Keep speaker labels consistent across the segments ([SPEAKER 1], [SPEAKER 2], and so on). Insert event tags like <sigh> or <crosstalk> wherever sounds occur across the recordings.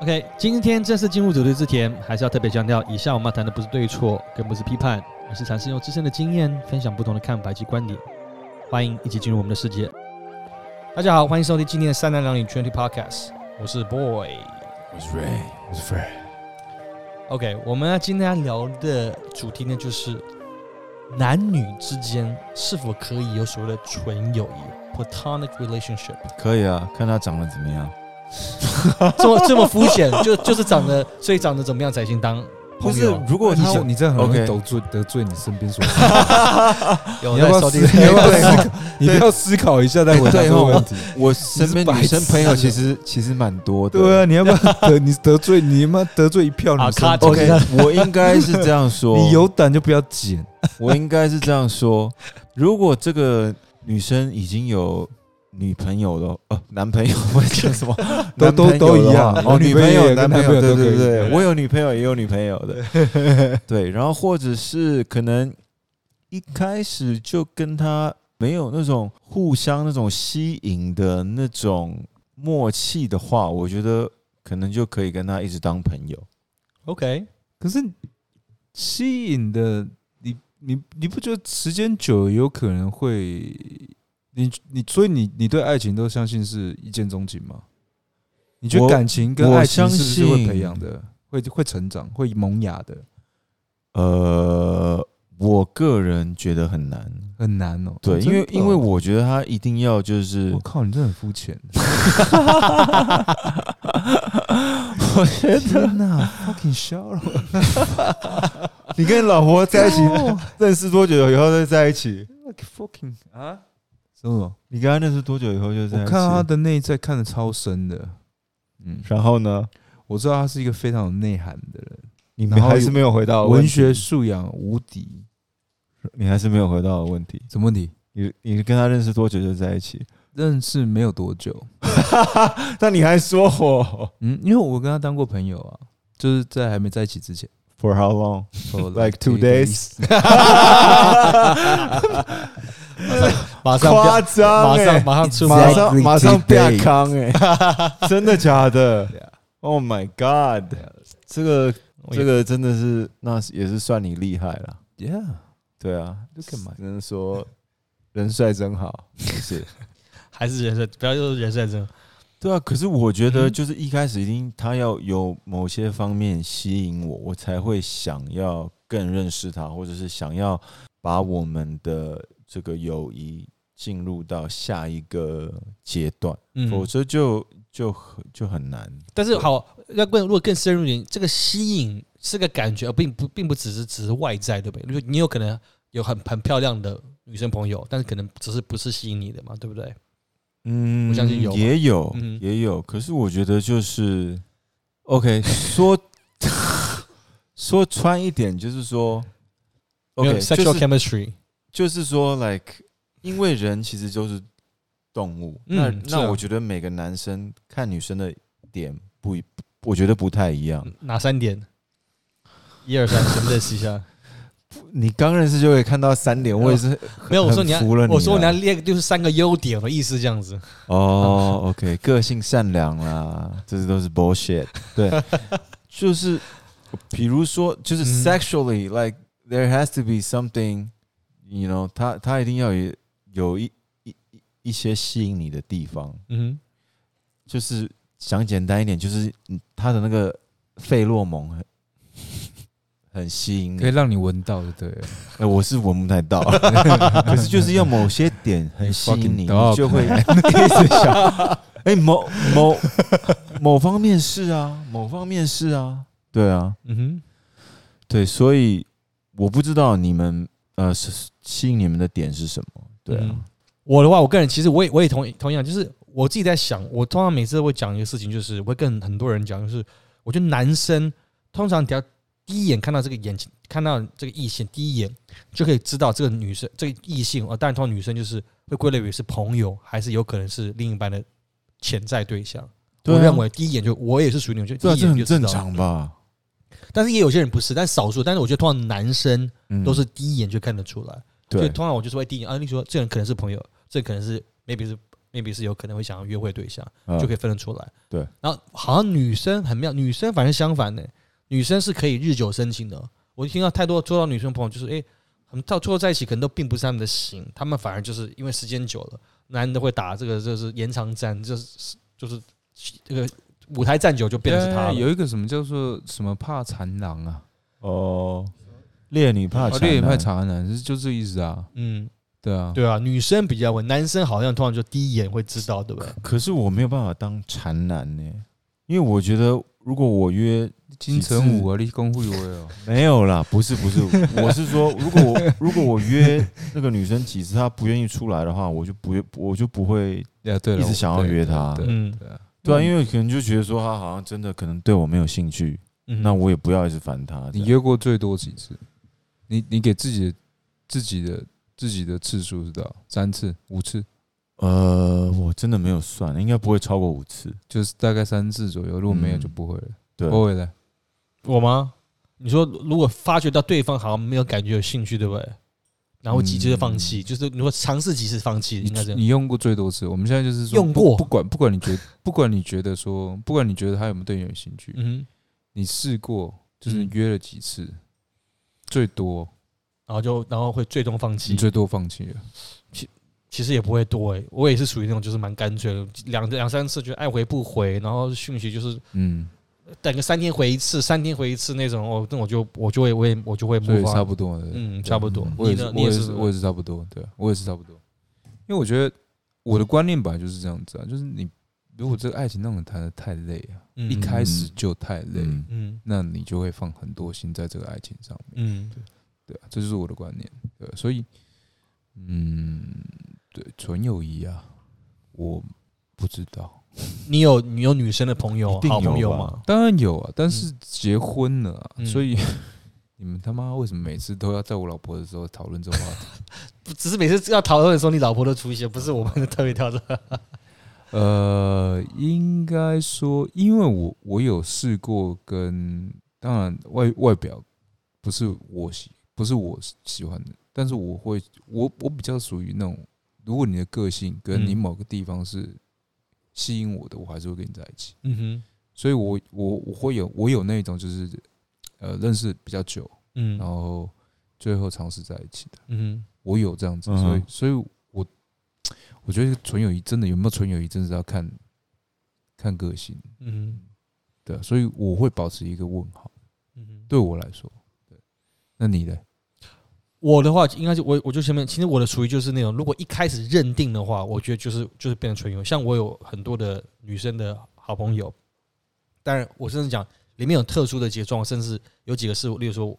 [SPEAKER 1] OK，今天正式进入主题之前，还是要特别强调，以下我们要谈的不是对错，更不是批判，而是尝试用自身的经验分享不同的看法及观点。欢迎一起进入我们的世界。大家好，欢迎收听今天的三男两女全体 Podcast，我是 Boy。
[SPEAKER 2] 我是 Ray，我是 Fred。
[SPEAKER 1] OK，我们要今天要聊的主题呢，就是男女之间是否可以有所谓的纯友谊 （platonic relationship）。
[SPEAKER 2] 可以啊，看他长得怎么样。
[SPEAKER 1] 这么这么肤浅，就就是长得，所以长得怎么样才行当
[SPEAKER 2] 不
[SPEAKER 1] 朋
[SPEAKER 2] 是
[SPEAKER 1] 友？，
[SPEAKER 2] 如果
[SPEAKER 3] 你
[SPEAKER 2] 他
[SPEAKER 3] 想，你这样很容
[SPEAKER 2] OK
[SPEAKER 3] 易得罪得罪你身边所有人。
[SPEAKER 2] <laughs>
[SPEAKER 1] 有
[SPEAKER 3] 你要
[SPEAKER 1] 在
[SPEAKER 3] 不要
[SPEAKER 1] 收
[SPEAKER 3] 思？
[SPEAKER 1] 听？
[SPEAKER 3] 你要不要
[SPEAKER 2] 对
[SPEAKER 3] 思
[SPEAKER 2] <laughs>
[SPEAKER 3] 考？你不要思考一下再回答
[SPEAKER 2] 对
[SPEAKER 3] 这个
[SPEAKER 2] 哦 <laughs>
[SPEAKER 3] 问题。
[SPEAKER 2] 我身边
[SPEAKER 3] 你是白
[SPEAKER 2] 女生朋友其
[SPEAKER 3] 痴
[SPEAKER 2] 实其实蛮多的。
[SPEAKER 3] 对啊，你要不要得 <laughs> 你得罪你妈得罪一票
[SPEAKER 1] 啊
[SPEAKER 3] 女
[SPEAKER 1] 咔
[SPEAKER 3] 生？
[SPEAKER 2] OK，我应该是这样 <laughs> 说。
[SPEAKER 3] 你有胆就不要剪。
[SPEAKER 2] 我应该是这样说：如果这个女生已经有女朋友了，呃，男朋友， <laughs> 我讲什么？
[SPEAKER 3] 都
[SPEAKER 2] 男
[SPEAKER 3] 都
[SPEAKER 2] 朋友的
[SPEAKER 3] 都一样
[SPEAKER 2] 话哦，
[SPEAKER 3] 有
[SPEAKER 2] 女
[SPEAKER 3] 女
[SPEAKER 2] 朋
[SPEAKER 3] 朋友
[SPEAKER 2] 友、
[SPEAKER 3] 跟
[SPEAKER 2] 男朋友，
[SPEAKER 3] 男朋友
[SPEAKER 2] 对
[SPEAKER 3] 都可
[SPEAKER 2] 对
[SPEAKER 3] 以
[SPEAKER 2] 对，
[SPEAKER 3] 对
[SPEAKER 2] 我有女朋友，也有女朋友的， <laughs> 对。然后或者是可能一开始就跟他没有那种互相那种吸引的那种默契的话，我觉得可能就可以跟他一直当朋友。
[SPEAKER 1] OK，
[SPEAKER 3] 可是吸引的你，你你不觉得时间久了有可能会你你所以你你对爱情都相信是一见钟情吗？你觉得
[SPEAKER 2] 我
[SPEAKER 3] 感情跟
[SPEAKER 2] 我
[SPEAKER 3] 爱情是不是
[SPEAKER 2] 相
[SPEAKER 3] 会
[SPEAKER 2] 信
[SPEAKER 3] 培养的，会会成长，会萌芽的？
[SPEAKER 2] 呃，我个人觉得很难。
[SPEAKER 3] 很难哦。
[SPEAKER 2] 对，因
[SPEAKER 3] 真
[SPEAKER 2] 为
[SPEAKER 3] 的
[SPEAKER 2] 因为
[SPEAKER 3] 哦
[SPEAKER 2] 我觉得他一定要就是
[SPEAKER 3] 我，靠，你真的很肤浅。
[SPEAKER 2] <laughs>
[SPEAKER 3] <laughs>
[SPEAKER 2] 我觉得
[SPEAKER 3] 天哪，fucking 笑了。
[SPEAKER 2] 你跟老婆在一起 <laughs>
[SPEAKER 3] 哦
[SPEAKER 2] 认识多久以后再在一起？
[SPEAKER 3] Like fucking 啊？什么？
[SPEAKER 2] 你跟他认识多久以后就
[SPEAKER 3] 我
[SPEAKER 2] 在一
[SPEAKER 3] 看他
[SPEAKER 2] 起？
[SPEAKER 3] 的内在看得超深的，嗯，
[SPEAKER 2] 然后呢？
[SPEAKER 3] 我知道他是一个非常有内涵的人，
[SPEAKER 2] 你
[SPEAKER 3] 然后
[SPEAKER 2] 还是没有回到我的问
[SPEAKER 3] 文
[SPEAKER 2] 题
[SPEAKER 3] 学，素养无敌。
[SPEAKER 2] 你还是没有回到我的问题。
[SPEAKER 3] 什么问题？
[SPEAKER 2] 你你跟他认识多久就在一起？
[SPEAKER 3] 认识没有多久，
[SPEAKER 2] 那你还说我
[SPEAKER 3] 嗯，因为我跟他当过朋友啊，就是在还没在一起
[SPEAKER 2] <laughs>
[SPEAKER 3] 之前
[SPEAKER 2] for how long？
[SPEAKER 3] for
[SPEAKER 2] Like two
[SPEAKER 3] two
[SPEAKER 2] days？
[SPEAKER 1] 马上不要
[SPEAKER 2] 夸张
[SPEAKER 1] 马上
[SPEAKER 2] 欸！
[SPEAKER 1] 马上出
[SPEAKER 2] 马
[SPEAKER 1] 发。
[SPEAKER 2] 上
[SPEAKER 3] Exactly
[SPEAKER 2] 马上
[SPEAKER 3] two
[SPEAKER 2] 变
[SPEAKER 3] days
[SPEAKER 2] 康哎！ <laughs> 真的假的
[SPEAKER 3] Yeah
[SPEAKER 2] ？Oh my god！这个
[SPEAKER 1] 我也
[SPEAKER 2] 这个真的是，那是也是算你厉害了。
[SPEAKER 3] Yeah，look
[SPEAKER 2] 对啊，
[SPEAKER 3] at my
[SPEAKER 2] 只能说人帅真好，是不是？
[SPEAKER 1] 还是人生，不要又是人生真的。
[SPEAKER 2] <laughs> 对啊，可是我觉得 <laughs>
[SPEAKER 1] 嗯
[SPEAKER 2] 就是一开始一定他要有某些方面吸引我，我才会想要更认识他，或者是想要把我们的这个友谊进入到下一个阶段，否
[SPEAKER 1] 嗯，
[SPEAKER 2] 则就就很就很难。
[SPEAKER 1] 但是好，要更如果更深入一点，这个吸引是个感觉，而并不并不只是只是外在，对不对？就是你有可能有很很漂亮的女生朋友，但是可能只是不是吸引你的嘛，对不对？
[SPEAKER 2] 嗯
[SPEAKER 1] 我相信有吧
[SPEAKER 2] 也有，
[SPEAKER 1] 嗯
[SPEAKER 2] 也有。可是我觉得就是 OK，说 <laughs> 说穿一点，就是说
[SPEAKER 1] 没有
[SPEAKER 2] ，OK，就
[SPEAKER 1] sexual
[SPEAKER 2] 是
[SPEAKER 1] chemistry，
[SPEAKER 2] 就是说，like，因为人其实就是动物，
[SPEAKER 1] 嗯是
[SPEAKER 2] 那
[SPEAKER 1] 啊
[SPEAKER 2] 那我觉得每个男生看女生的点不一，我觉得不太一样。
[SPEAKER 1] 哪三点？一二三，我们认识一下。
[SPEAKER 2] 你刚认识就可以看到三
[SPEAKER 1] 嗯
[SPEAKER 2] 点，我也是很
[SPEAKER 1] 没有，我说你要
[SPEAKER 2] 很服了，
[SPEAKER 1] 我说你要
[SPEAKER 2] 啊
[SPEAKER 1] 列就是三个优点的意思，这样子。
[SPEAKER 2] 哦，OK，个性善良啦，这都是 bullshit。对，
[SPEAKER 3] <laughs>
[SPEAKER 2] 就是比如说，就是
[SPEAKER 1] 嗯
[SPEAKER 2] sexually、like there has to be something。you know，他他一定要有有一一一一些吸引你的地方，
[SPEAKER 1] 嗯
[SPEAKER 2] 就是想简单一点，就是嗯他的那个费洛蒙很很吸引你。
[SPEAKER 3] 可以让你闻到的，对了。 <laughs>
[SPEAKER 2] 哎、我是闻不太到，可是就是要某些点很吸引你，
[SPEAKER 3] You fucking
[SPEAKER 2] 你就会 <laughs> 一直想。
[SPEAKER 1] <laughs>
[SPEAKER 2] 哎、某某某方面是啊，某方面是啊，对啊，
[SPEAKER 1] 哼，嗯哼。
[SPEAKER 2] 对，所以我不知道你们呃是吸引你们的点是什么，对啊，
[SPEAKER 1] 嗯我的话，我个人其实我也我也同同样，就是我自己在想，我通常每次都会讲一个事情，就是我会跟很多人讲，就是我觉得男生通常只要第一眼看到这个眼睛，看到这个异性，第一眼就可以知道这个女生这个异性啊，呃当然通常女生就是会归类为是朋友，还是有可能是另一半的潜在对象。
[SPEAKER 2] 对啊
[SPEAKER 1] 我认为第一眼就我也是属于那种，
[SPEAKER 2] 对
[SPEAKER 1] 就
[SPEAKER 2] 啊，
[SPEAKER 1] 第一
[SPEAKER 2] 这
[SPEAKER 1] 眼
[SPEAKER 2] 很
[SPEAKER 1] 就知道
[SPEAKER 2] 正，常吧？
[SPEAKER 1] 但是也有些人不是，但少数。但是我觉得通常男生
[SPEAKER 2] 嗯
[SPEAKER 1] 都是第一眼就看得出来。所以
[SPEAKER 2] 对
[SPEAKER 1] 通常我就是会第一眼啊，你说这个人可能是朋友，这个可能是 maybe 是 maybe 是有可能会想要约会对象，
[SPEAKER 2] 嗯
[SPEAKER 1] 就可以分得出来。
[SPEAKER 2] 对，
[SPEAKER 1] 然后好像女生很妙，女生反正相反呢、女生是可以日久生情的。我听到太多做到女生朋友，就是哎，他们到最后在一起可能都并不是他们的型，他们反而就是因为时间久了，男的会打这个就是延长战，就是就是这个舞台站久就变成是他
[SPEAKER 2] 哎
[SPEAKER 1] 了。
[SPEAKER 3] 哎有一个什么叫做什么怕缠郎啊？
[SPEAKER 2] 哦，烈女怕
[SPEAKER 3] 啊，
[SPEAKER 1] 哦
[SPEAKER 2] 缠
[SPEAKER 3] 烈也
[SPEAKER 2] 男
[SPEAKER 3] 怕缠男，是就这意思啊。
[SPEAKER 1] 嗯，
[SPEAKER 3] 对啊，
[SPEAKER 1] 对啊，女生比较稳，男生好像通常就第一眼会知道，对不对？
[SPEAKER 2] 可是我没有办法当缠男呢、因为我觉得如果我约
[SPEAKER 3] 金城武啊，立功会我
[SPEAKER 2] <laughs>
[SPEAKER 3] 哦。
[SPEAKER 2] 没有啦，不是 <laughs> 不是，我是说，如果我如果我约那个女生几次，她不愿意出来的话，我就不我就不会
[SPEAKER 3] 啊，对了，
[SPEAKER 2] 一直想要约她
[SPEAKER 3] 对
[SPEAKER 1] 嗯
[SPEAKER 3] 对啊，
[SPEAKER 2] 对啊，因为可能就觉得说她好像真的可能对我没有兴趣，
[SPEAKER 1] 嗯
[SPEAKER 2] 那我也不要一直烦她。
[SPEAKER 3] 你
[SPEAKER 2] 约
[SPEAKER 3] 约过最多几次？你你给自己的自己的自己的次数是多少？三次、五次，
[SPEAKER 2] 呃，我真的没有算，应该不会超过五次。
[SPEAKER 3] 就是大概三次左右。如果没有
[SPEAKER 2] 嗯
[SPEAKER 3] 就不会了。
[SPEAKER 2] 对，
[SPEAKER 3] 不会的，
[SPEAKER 1] 我吗？你说如果发觉到对方好像没有感觉有兴趣，对不对？然后几次就放弃，就是你说尝试几次放弃，
[SPEAKER 3] 嗯你
[SPEAKER 1] 应该这样。
[SPEAKER 3] 你用过最多次。我们现在就是说
[SPEAKER 1] 用
[SPEAKER 3] 不
[SPEAKER 1] 过
[SPEAKER 3] 不管不管你觉得不管你觉得说不管你觉得他有没有对你有兴趣，
[SPEAKER 1] 嗯哼，
[SPEAKER 3] 你试过就是
[SPEAKER 1] 嗯
[SPEAKER 3] 约了几次，最多
[SPEAKER 1] 然后就然后会最终放
[SPEAKER 3] 你
[SPEAKER 1] 弃，
[SPEAKER 3] 最多放弃了。
[SPEAKER 1] 其实也不会多诶、我也是属于那种就是蛮干脆的，两两三次就爱回不回，然后讯息就是
[SPEAKER 3] 嗯，
[SPEAKER 1] 等个三天回一次，三天回一次那种，哦，那我就我就会我也我就会
[SPEAKER 3] 嗯所以
[SPEAKER 1] move
[SPEAKER 3] 差
[SPEAKER 1] on，
[SPEAKER 3] 不多的。
[SPEAKER 1] 嗯，差不多
[SPEAKER 2] 嗯。
[SPEAKER 3] 我也
[SPEAKER 1] 你
[SPEAKER 3] 是
[SPEAKER 1] 呢？，
[SPEAKER 3] 我
[SPEAKER 1] 你也
[SPEAKER 3] 也
[SPEAKER 1] 是
[SPEAKER 3] 是，我也是差不多，对啊，我也是差不多。因为我觉得我的观念本来就是这样子啊，就是你如果这个爱情让你谈的太累啊，
[SPEAKER 1] 嗯
[SPEAKER 3] 一开始就太累，
[SPEAKER 2] 嗯，
[SPEAKER 1] 嗯
[SPEAKER 3] 那你就会放很多心在这个爱情上面，
[SPEAKER 1] 嗯
[SPEAKER 3] 对啊，这就是我的观念，对啊、所以，嗯，对，纯友谊啊，我不知道，
[SPEAKER 1] 你有你有女生的朋友
[SPEAKER 2] 一定
[SPEAKER 1] 好朋友
[SPEAKER 2] 有吧
[SPEAKER 1] 吗？
[SPEAKER 3] 当然有啊，但是结婚了、啊，
[SPEAKER 1] 嗯
[SPEAKER 3] 所以 <laughs> 你们他妈为什么每次都要在我老婆的时候讨论这种话题？
[SPEAKER 1] <laughs> 不只是每次要讨论的时候，你老婆都出现，不是我们 <laughs> 特别挑的。
[SPEAKER 3] 呃，应该说，因为我我有试过跟，当然外外表不是我喜不是我喜欢的，但是我会我我比较属于那种，如果你的个性跟你
[SPEAKER 1] 嗯
[SPEAKER 3] 某个地方是吸引我的，我还是会跟你在一起。
[SPEAKER 1] 嗯哼，
[SPEAKER 3] 所以我我我会有我有那种就是呃认识比较久，
[SPEAKER 1] 嗯
[SPEAKER 3] 然后最后尝试在一起的，
[SPEAKER 1] 嗯
[SPEAKER 3] 我有这样子，
[SPEAKER 2] 嗯
[SPEAKER 3] 所以
[SPEAKER 2] 哼
[SPEAKER 3] 所以我我觉得纯友谊真的有没有纯友谊，真的是要看看个性，
[SPEAKER 1] 哼嗯
[SPEAKER 3] 对啊、所以我会保持一个问号，
[SPEAKER 1] 哼嗯对
[SPEAKER 3] 对我来说，对，那你的
[SPEAKER 1] 我的话，应该就我我就前面，其实我的属于就是那种，如果一开始认定的话，我觉得就是就是变成纯友。像我有很多的女生的好朋友，当然我甚至讲里面有特殊的结状，甚至有几个是，例如说。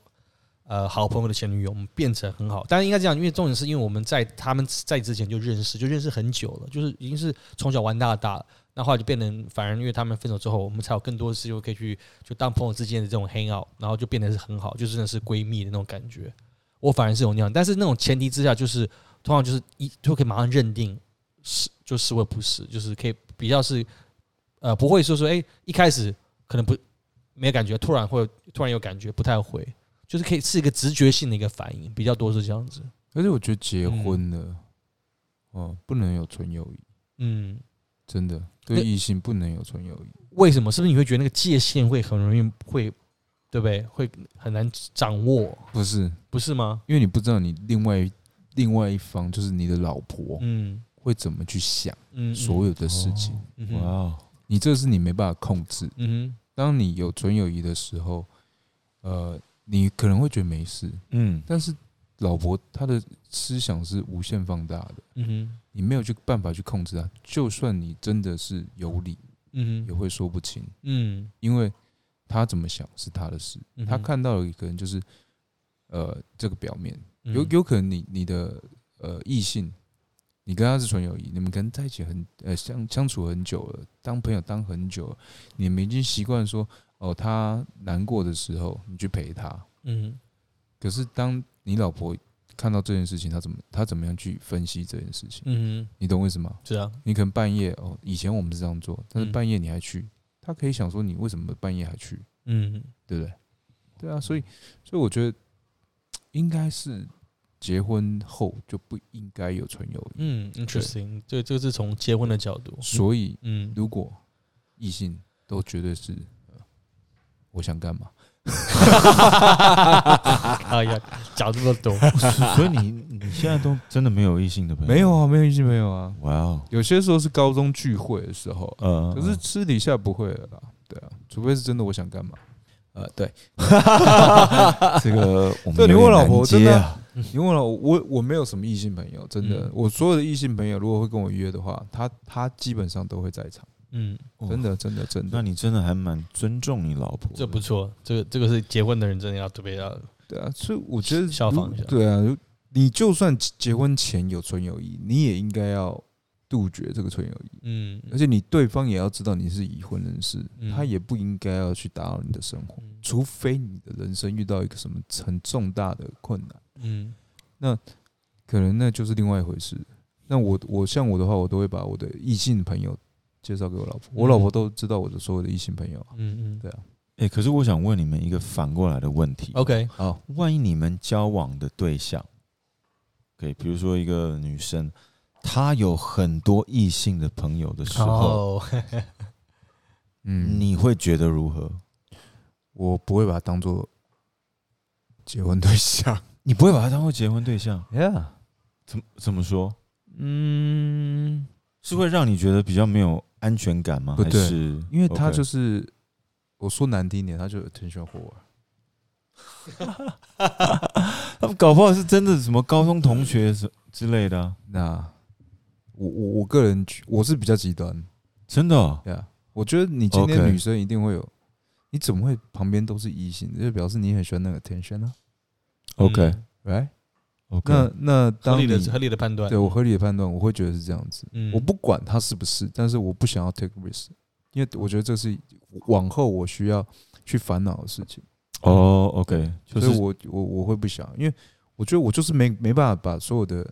[SPEAKER 1] 呃，好朋友的前女友，我们变成很好。当然应该这样，因为重点是因为我们在他们在之前就认识，就认识很久了，就是已经是从小玩大的大了。那后来就变成，反而因为他们分手之后，我们才有更多的事情可以去就当朋友之间的这种 hang out，然后就变得是很好，就真的是闺蜜的那种感觉。我反而是有那样，但是那种前提之下，就是通常就是一就可以马上认定是就是或不是，就是可以比较是呃不会说说哎、一开始可能不没有感觉，突然会突然有感觉，不太会，就是可以是一个直觉性的一个反应，比较多是这样子。
[SPEAKER 3] 而且我觉得结
[SPEAKER 1] 嗯
[SPEAKER 3] 婚了，哦、不能有纯友谊，
[SPEAKER 1] 嗯，
[SPEAKER 3] 真的对
[SPEAKER 1] 那
[SPEAKER 3] 异性不能有纯友谊，
[SPEAKER 1] 为什么？是不是你会觉得那个界限会很容易会对不对？会很难掌握，
[SPEAKER 3] 不是
[SPEAKER 1] 不是吗？
[SPEAKER 3] 因为你不知道你另外另外一方就是你的老婆
[SPEAKER 1] 嗯
[SPEAKER 3] 会怎么去想
[SPEAKER 1] 嗯，嗯
[SPEAKER 3] 所啊有的事情，
[SPEAKER 1] 嗯
[SPEAKER 2] 哇
[SPEAKER 1] 哼
[SPEAKER 2] 哦，
[SPEAKER 3] 你这是你没办法控制的。
[SPEAKER 1] 嗯
[SPEAKER 3] 当你有纯友谊的时候，呃，你可能会觉得没事，
[SPEAKER 2] 嗯，
[SPEAKER 3] 但是老婆她的思想是无限放大的，
[SPEAKER 1] 哼嗯哼
[SPEAKER 3] 你没有去办法去控制她。就算你真的是有理，
[SPEAKER 1] 嗯
[SPEAKER 3] 也
[SPEAKER 1] 哼
[SPEAKER 3] 会说不清，
[SPEAKER 1] 嗯
[SPEAKER 3] 因为她怎么想是她的事。
[SPEAKER 1] 嗯哼
[SPEAKER 3] 她看到了一个人，就是呃，这个表面
[SPEAKER 1] 嗯
[SPEAKER 3] 有有可能你你的呃异性，你跟他是纯友谊，你们可能在一起很呃相相处很久了，当朋友当很久了，你们已经习惯说哦，他难过的时候你去陪他，
[SPEAKER 1] 嗯
[SPEAKER 3] 可是当你老婆看到这件事情，她怎么她怎么样去分析这件事情？
[SPEAKER 1] 嗯哼，
[SPEAKER 3] 你懂为什么？
[SPEAKER 1] 是啊，
[SPEAKER 3] 你可能半夜哦，以前我们是这样做，但是
[SPEAKER 1] 嗯
[SPEAKER 3] 半夜你还去，她可以想说你为什么半夜还去，
[SPEAKER 1] 嗯。
[SPEAKER 3] 对不对？对啊，所以所以我觉得应该是结婚后就不应该有纯友谊。
[SPEAKER 1] 嗯，interesting，这这个是从结婚的角度，
[SPEAKER 3] 所以，
[SPEAKER 1] 嗯，
[SPEAKER 3] 如果异性都绝对是，呃我想干嘛？
[SPEAKER 1] 哎呀，讲这么多，
[SPEAKER 2] 所以你你现在都真的没有异性的朋友？
[SPEAKER 3] 没有，啊，没有异性朋友啊。嗯
[SPEAKER 2] 哇哦，
[SPEAKER 3] 有些时候是高中聚会的时候，
[SPEAKER 2] 呃，
[SPEAKER 3] 可是私底下不会了啦。对啊，除非是真的我想干嘛。呃，对
[SPEAKER 2] 这个我
[SPEAKER 3] 对
[SPEAKER 2] 们
[SPEAKER 3] 你
[SPEAKER 2] 有点
[SPEAKER 3] 问老
[SPEAKER 2] 难
[SPEAKER 3] 婆真
[SPEAKER 2] 接
[SPEAKER 3] 的
[SPEAKER 2] 啊，
[SPEAKER 3] 你问了我我，我没有什么异性朋友，真的，
[SPEAKER 1] 嗯
[SPEAKER 3] 我所有的异性朋友如果会跟我约的话，他他基本上都会在场，
[SPEAKER 1] 嗯，
[SPEAKER 3] 真的真的真
[SPEAKER 2] 哦那
[SPEAKER 3] 的，
[SPEAKER 2] 你真的还蛮尊重你老婆的，
[SPEAKER 1] 这不错，这个这个是结婚的人真的要特别要，
[SPEAKER 3] 对啊，所以我觉得
[SPEAKER 1] 效仿一下
[SPEAKER 3] 如对啊，如你就算结结婚前有纯友谊，你也应该要杜绝这个纯友谊，
[SPEAKER 1] 嗯，
[SPEAKER 3] 而且你对方也要知道你是已婚人士，
[SPEAKER 1] 嗯
[SPEAKER 3] 他也不应该要去打扰你的生活，
[SPEAKER 1] 嗯
[SPEAKER 3] 除非你的人生遇到一个什么很重大的困难。
[SPEAKER 1] 嗯
[SPEAKER 3] 可能那就是另外一回事。那我我像我的话，我都会把我的异性朋友介绍给我老
[SPEAKER 1] 嗯
[SPEAKER 3] 婆，我老婆都知道我的所有的异性朋友。
[SPEAKER 1] 嗯嗯
[SPEAKER 3] 对啊，
[SPEAKER 2] 哎、可是我想问你们一个反过来的问题
[SPEAKER 1] ，OK，
[SPEAKER 3] 哦好，
[SPEAKER 2] 万一你们交往的对象，给比如说一个女生，她有很多异性的朋友的时候，
[SPEAKER 1] 哦，
[SPEAKER 3] 嗯，
[SPEAKER 2] 你会觉得如何？
[SPEAKER 3] 我不会把她当做结婚对象。
[SPEAKER 2] 你不会把她当做结婚对象？
[SPEAKER 3] Yeah，
[SPEAKER 2] 怎么怎么说？
[SPEAKER 3] 嗯，
[SPEAKER 2] 是会让你觉得比较没有安全感吗？
[SPEAKER 3] 不
[SPEAKER 2] 还
[SPEAKER 3] 对
[SPEAKER 2] 是
[SPEAKER 3] 因为她就是是我说难听一点，她就 attention whore。
[SPEAKER 2] 他们搞不好是真的什么高中同学之之类的啊、
[SPEAKER 3] 那我我我个人觉我是比较极端
[SPEAKER 2] 真的哦、
[SPEAKER 3] ，Yeah，我觉得你今天
[SPEAKER 2] OK
[SPEAKER 3] 女生一定会有。你怎么会旁边都是异性？这就表示你很喜欢那个 attention 啊
[SPEAKER 2] OK
[SPEAKER 1] 嗯
[SPEAKER 3] ，right？
[SPEAKER 2] OK，
[SPEAKER 3] 那那
[SPEAKER 1] 合
[SPEAKER 3] 当
[SPEAKER 1] 理
[SPEAKER 3] 你
[SPEAKER 1] 的合理的判断
[SPEAKER 3] 对，我合理的判断，我会觉得是这样子。
[SPEAKER 1] 嗯，
[SPEAKER 3] 我不管他是不是，但是我不想要 take risk，因为我觉得这是往后我需要去烦恼的事情，
[SPEAKER 2] 哦，OK，就
[SPEAKER 3] 嗯所以
[SPEAKER 2] 是
[SPEAKER 3] 我我我会不想，因为我觉得我就是没没办法把所有的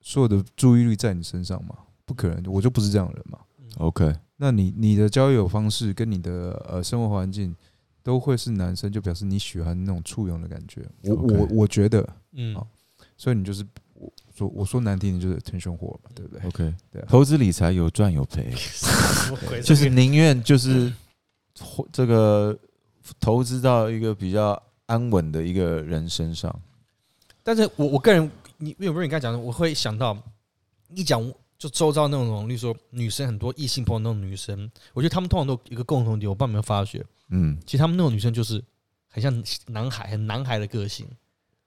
[SPEAKER 3] 所有的注意力在你身上嘛，不可能，我就不是这样的人嘛。
[SPEAKER 2] OK，
[SPEAKER 3] 那你你的交友方式跟你的呃生活环境都会是男生，就表示你喜欢那种触泳的感觉。我我
[SPEAKER 2] OK
[SPEAKER 3] 我觉得，
[SPEAKER 1] 嗯
[SPEAKER 3] 好所以你就是我说我说难听，你就是 attention whore 嘛，对不对？
[SPEAKER 2] OK，
[SPEAKER 3] 对啊
[SPEAKER 2] 投资理财有赚有赔，
[SPEAKER 1] <laughs> 什么鬼
[SPEAKER 2] 就是宁愿就是这个投资到一个比较安稳的一个人身上。
[SPEAKER 1] 但是我我个人，你因为不是你刚才讲的，我会想到一讲就周遭那种，例如说女生很多异性朋友那种女生，我觉得她们通常都有一个共同点，我不知道你有没有发觉，
[SPEAKER 2] 嗯，
[SPEAKER 1] 其实她们那种女生就是很像男孩，很男孩的个性，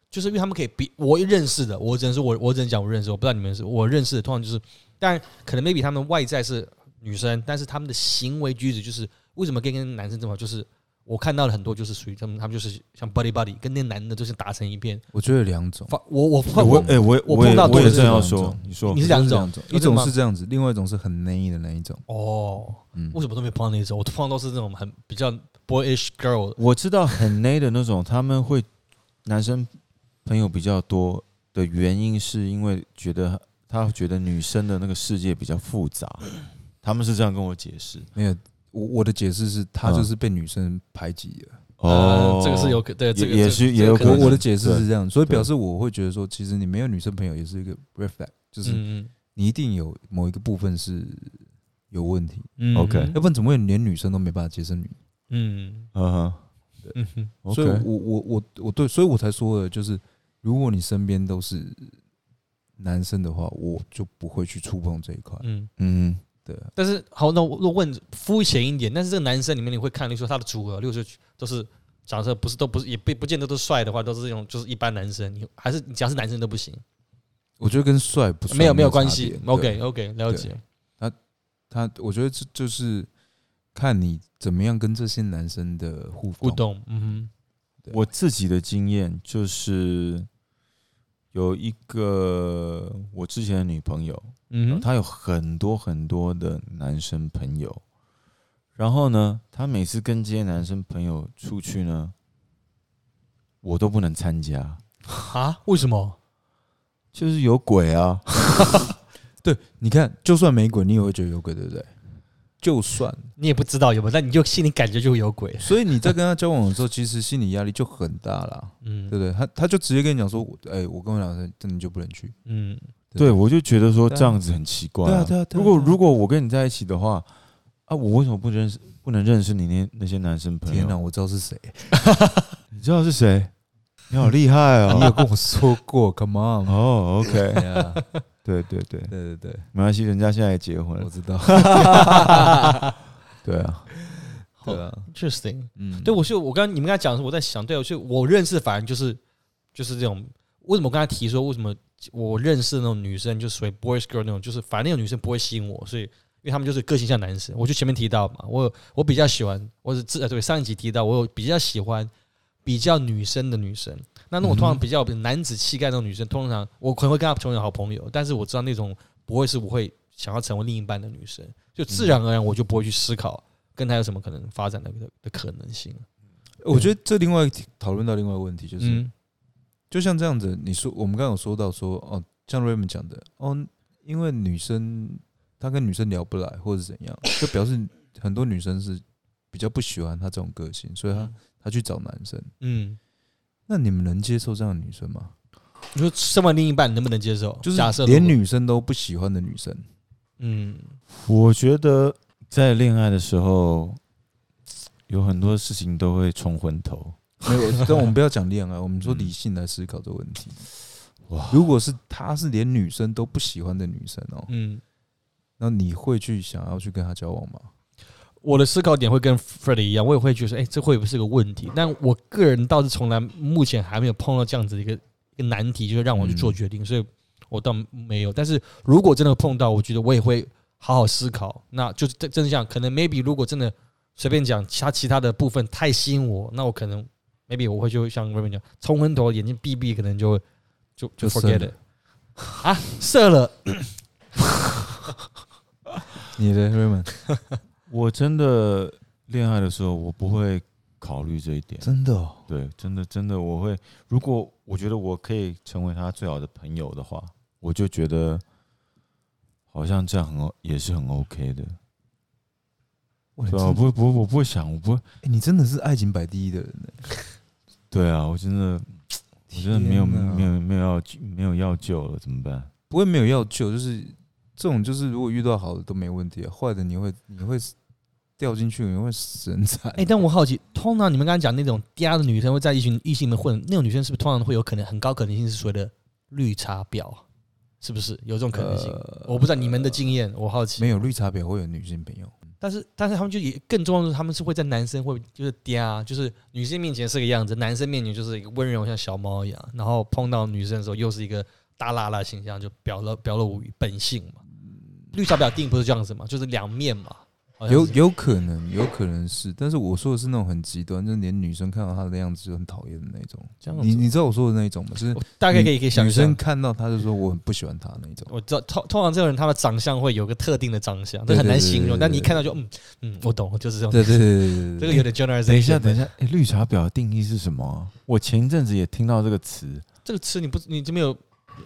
[SPEAKER 1] 就是因为她们可以比我认识的，我只能说我我只能讲我认识，我不知道你们是我认识的，通常就是，当然可能 maybe 她们外在是女生，但是她们的行为举止就是为什么可以跟男生这么好，就是。我看到了很多，就是属于他们，他们就是像 buddy buddy，跟那男的就是打成一片。
[SPEAKER 3] 我觉得有两种，
[SPEAKER 1] 发我我
[SPEAKER 2] 我
[SPEAKER 1] 我
[SPEAKER 2] 哎、我
[SPEAKER 1] 我
[SPEAKER 2] 也
[SPEAKER 1] 碰到
[SPEAKER 2] 我
[SPEAKER 1] 多
[SPEAKER 2] 也
[SPEAKER 1] 的
[SPEAKER 2] 正
[SPEAKER 1] 是
[SPEAKER 2] 要
[SPEAKER 3] 两
[SPEAKER 2] 说
[SPEAKER 3] 种，
[SPEAKER 2] 你说
[SPEAKER 1] 你是两种
[SPEAKER 3] 两种，
[SPEAKER 1] 一
[SPEAKER 3] 一
[SPEAKER 1] 种
[SPEAKER 3] 种
[SPEAKER 1] 是
[SPEAKER 3] 是这样子，另外一种是很内的那一种。
[SPEAKER 1] 哦，
[SPEAKER 3] 嗯
[SPEAKER 1] 为，什么都没有碰到那种？我碰到都是那种很比较 boyish girl，
[SPEAKER 2] 我知道很内的那种，他们会男生朋友比较多的原因，是因为觉得他觉得女生的那个世界比较复杂，他们是这样跟我解释。
[SPEAKER 3] 没有，我我的解释是，他就是被女生排挤了。
[SPEAKER 2] 哦
[SPEAKER 1] 呃这个是有可对，这个
[SPEAKER 2] 也
[SPEAKER 1] 这个这
[SPEAKER 2] 是
[SPEAKER 1] 个
[SPEAKER 2] 也有可
[SPEAKER 1] 能
[SPEAKER 2] 能
[SPEAKER 3] 我我的解释
[SPEAKER 2] 对
[SPEAKER 3] 是这样，所以表示我会觉得说，其实你没有女生朋友也是一个 red flag，就是
[SPEAKER 1] 嗯
[SPEAKER 3] 你一定有某一个部分是有问题，
[SPEAKER 1] 嗯
[SPEAKER 2] OK
[SPEAKER 3] 要不然怎么会连女生都没办法接受你？
[SPEAKER 1] 嗯
[SPEAKER 2] 嗯哼
[SPEAKER 1] 嗯哼
[SPEAKER 3] 所以
[SPEAKER 2] OK，
[SPEAKER 3] 我我我我对，所以我才说的就是，如果你身边都是男生的话，我就不会去触碰这一块。
[SPEAKER 1] 嗯，
[SPEAKER 2] 嗯，
[SPEAKER 3] 对啊，
[SPEAKER 1] 但是好，那我如果问肤浅一点，但是这个男生里面你会看，例如说他的组合，例如说都是假设不是都不是也不不见得都是帅的话，都是这种就是一般男生，你还是你只要是男生都不行，
[SPEAKER 3] 我觉得跟帅不帅
[SPEAKER 1] 没有没有
[SPEAKER 3] 差
[SPEAKER 1] 关系
[SPEAKER 3] 别对
[SPEAKER 1] OK OK，了解，
[SPEAKER 3] 他我觉得这就是看你怎么样跟这些男生的互
[SPEAKER 1] 互
[SPEAKER 3] 动。
[SPEAKER 1] 动，嗯
[SPEAKER 3] 对啊
[SPEAKER 2] 我自己的经验就是有一个我之前的女朋友，
[SPEAKER 1] 哼嗯哼
[SPEAKER 2] 她有很多很多的男生朋友，然后呢，她每次跟这些男生朋友出去呢，我都不能参加，
[SPEAKER 1] 啊，为什么？
[SPEAKER 2] 就是有鬼啊！
[SPEAKER 3] 对，你看，就算没鬼，你也会觉得有鬼，对不对？就算，
[SPEAKER 1] 你也不知道有没有，但你就心里感觉就有鬼。
[SPEAKER 3] 所以你在跟他交往的时候，其实心理压力就很大 <laughs> 啦，
[SPEAKER 1] 嗯，
[SPEAKER 3] 对不对？他他就直接跟你讲说，哎、我跟我讲，真的你就不能去。
[SPEAKER 1] 嗯，
[SPEAKER 2] 对，我就觉得说
[SPEAKER 3] 对啊
[SPEAKER 2] 这样子很奇怪、
[SPEAKER 3] 对啊对啊对
[SPEAKER 2] 如
[SPEAKER 3] 啊
[SPEAKER 2] 果
[SPEAKER 3] 对啊
[SPEAKER 2] 如果我跟你在一起的话，啊，我为什么不认识不能认识你那那些男生朋
[SPEAKER 3] 天哪，
[SPEAKER 2] 友？
[SPEAKER 3] 我知道是谁，
[SPEAKER 2] 你知道是谁？你好厉害
[SPEAKER 3] 你有
[SPEAKER 2] 哦！
[SPEAKER 3] 跟我说过 <laughs> ，Come on，
[SPEAKER 2] 哦，OK，
[SPEAKER 3] 对啊，
[SPEAKER 2] 对对对，
[SPEAKER 3] 对对对， <laughs>
[SPEAKER 2] 没关系，人家现在也结婚
[SPEAKER 3] 我
[SPEAKER 2] 了。
[SPEAKER 3] 知 <laughs> 道，
[SPEAKER 2] 对啊，
[SPEAKER 1] 好
[SPEAKER 3] 对啊，
[SPEAKER 1] ，interesting。
[SPEAKER 3] 嗯，
[SPEAKER 1] 对，我是我刚刚你们刚才讲的时候，我在想，对，我是我认识，反而就是就是这种。为什么我刚才提说，为什么我认识的那种女生就属于 boys girl 那种，就是反正那种女生不会吸引我，所以因为她们就是个性像男生。我就前面提到嘛，我我比较喜欢，我是自呃对上一集提到，我有比较喜欢比较女生的女生。那那种通常比较有男子气概那种女生，通常我可能会跟她成为好朋友，但是我知道那种不会是我会想要成为另一半的女生，就自然而然我就不会去思考跟她有什么可能发展的的的可能性。
[SPEAKER 3] 我觉得这另外一题讨论到另外一个问题，就是、
[SPEAKER 1] 嗯
[SPEAKER 3] 就像这样子，你说我们刚刚有说到说，哦，像 Raymond 讲的，哦，因为女生她跟女生聊不来或者怎样，就表示很多女生是比较不喜欢她这种个性，所以她她去找男生。
[SPEAKER 1] 嗯，
[SPEAKER 3] 那你们能接受这样的女生吗？
[SPEAKER 1] 你说身为另一半能不能接受？
[SPEAKER 3] 就是
[SPEAKER 1] 假设
[SPEAKER 3] 连
[SPEAKER 1] 如果，
[SPEAKER 3] 女生都不喜欢的女生，
[SPEAKER 1] 嗯
[SPEAKER 2] 我觉得在恋爱的时候，有很多事情都会冲昏头。
[SPEAKER 3] 没有。但我们不要讲恋爱，我们说理性来思考这个问题。
[SPEAKER 2] 哇
[SPEAKER 3] 如果是她是连女生都不喜欢的女生哦，
[SPEAKER 1] 嗯，
[SPEAKER 3] 那你会去想要去跟她交往吗？
[SPEAKER 1] 我的思考点会跟 Freddie 一样，我也会觉得，哎、这会不会是个问
[SPEAKER 3] 嗯
[SPEAKER 1] 题？但我个人倒是从来目前还没有碰到这样子的一个一个难题，就是让
[SPEAKER 3] 嗯
[SPEAKER 1] 我去做决定，所以我倒没有。但是如果真的碰到，我觉得我也会好好思考。那就是真真相，可能 maybe 如果真的随便讲，其他其他的部分太吸引我，那我可能 maybe 我会就像 Raymond 讲，冲昏头，眼睛闭闭，可能就会就就
[SPEAKER 3] 就射
[SPEAKER 1] forget
[SPEAKER 3] 了
[SPEAKER 1] it 啊，射了。
[SPEAKER 3] 你的 Raymond
[SPEAKER 2] 我真的恋爱的时候，我不会考虑这一点。
[SPEAKER 3] 真的、哦，
[SPEAKER 2] 对，真的真的，我会如果我觉得我可以成为他最好的朋友的话，我就觉得好像这样很 O- 也是很 OK 的，
[SPEAKER 3] 哇你
[SPEAKER 2] 对啊，
[SPEAKER 3] 真
[SPEAKER 2] 我
[SPEAKER 3] 的
[SPEAKER 2] 不会不会我不会想，我不会，
[SPEAKER 3] 欸你真的是爱情摆第一的人欸呢、
[SPEAKER 2] 对啊，我真 <laughs> 的我真的没有
[SPEAKER 3] 天哪
[SPEAKER 2] 没有没有要没有要救了，怎么办？
[SPEAKER 3] 不会没有要救，就是这种就是如果遇到好的都没问题、啊，坏的你会你会掉进去，你会死人惨。
[SPEAKER 1] 哎、但我好奇，通常你们刚才讲那种嗲的女生会在一群异性里面混，那种女生是不是通常会有可能很高可能性是所谓的绿茶婊？啊是不是有这种可能性？
[SPEAKER 3] 呃
[SPEAKER 1] 我不知道你们的经验，我好奇。
[SPEAKER 3] 没有绿茶婊会有女性朋友，
[SPEAKER 1] 但是但是他们就也更重要的是，他们是会在男生会就是嗲，啊就是女性面前是个样子，男生面前就是一个温柔像小猫一样，然后碰到女生的时候又是一个大辣辣形象，就表露表露无本性嘛。绿茶婊定不是这样子嘛，就是两面嘛。好像
[SPEAKER 3] 有
[SPEAKER 1] 哎是
[SPEAKER 3] 有可能有可能是，但是我说的是那种很极端，就是连女生看到她的样子就很讨厌的那种。
[SPEAKER 1] 这样子
[SPEAKER 3] 你你知道我说的那一种吗？就是
[SPEAKER 1] 我大概可以可以想
[SPEAKER 3] 女
[SPEAKER 1] 象
[SPEAKER 3] 生看到她就说我很不喜欢她那一
[SPEAKER 1] <laughs>
[SPEAKER 3] 种。
[SPEAKER 1] 我知道通通常这种人他的长相会有个特定的长相，这很难形容。
[SPEAKER 3] 对对对对对
[SPEAKER 1] 但你一看到就嗯嗯，我懂，就是这种。
[SPEAKER 3] 对对对对对对，
[SPEAKER 1] 这个有点 generalization。
[SPEAKER 2] 等一下等一，下，哎、绿茶婊的定义是什么啊、我前一阵子也听到这个词，
[SPEAKER 1] 这个词你不你这没有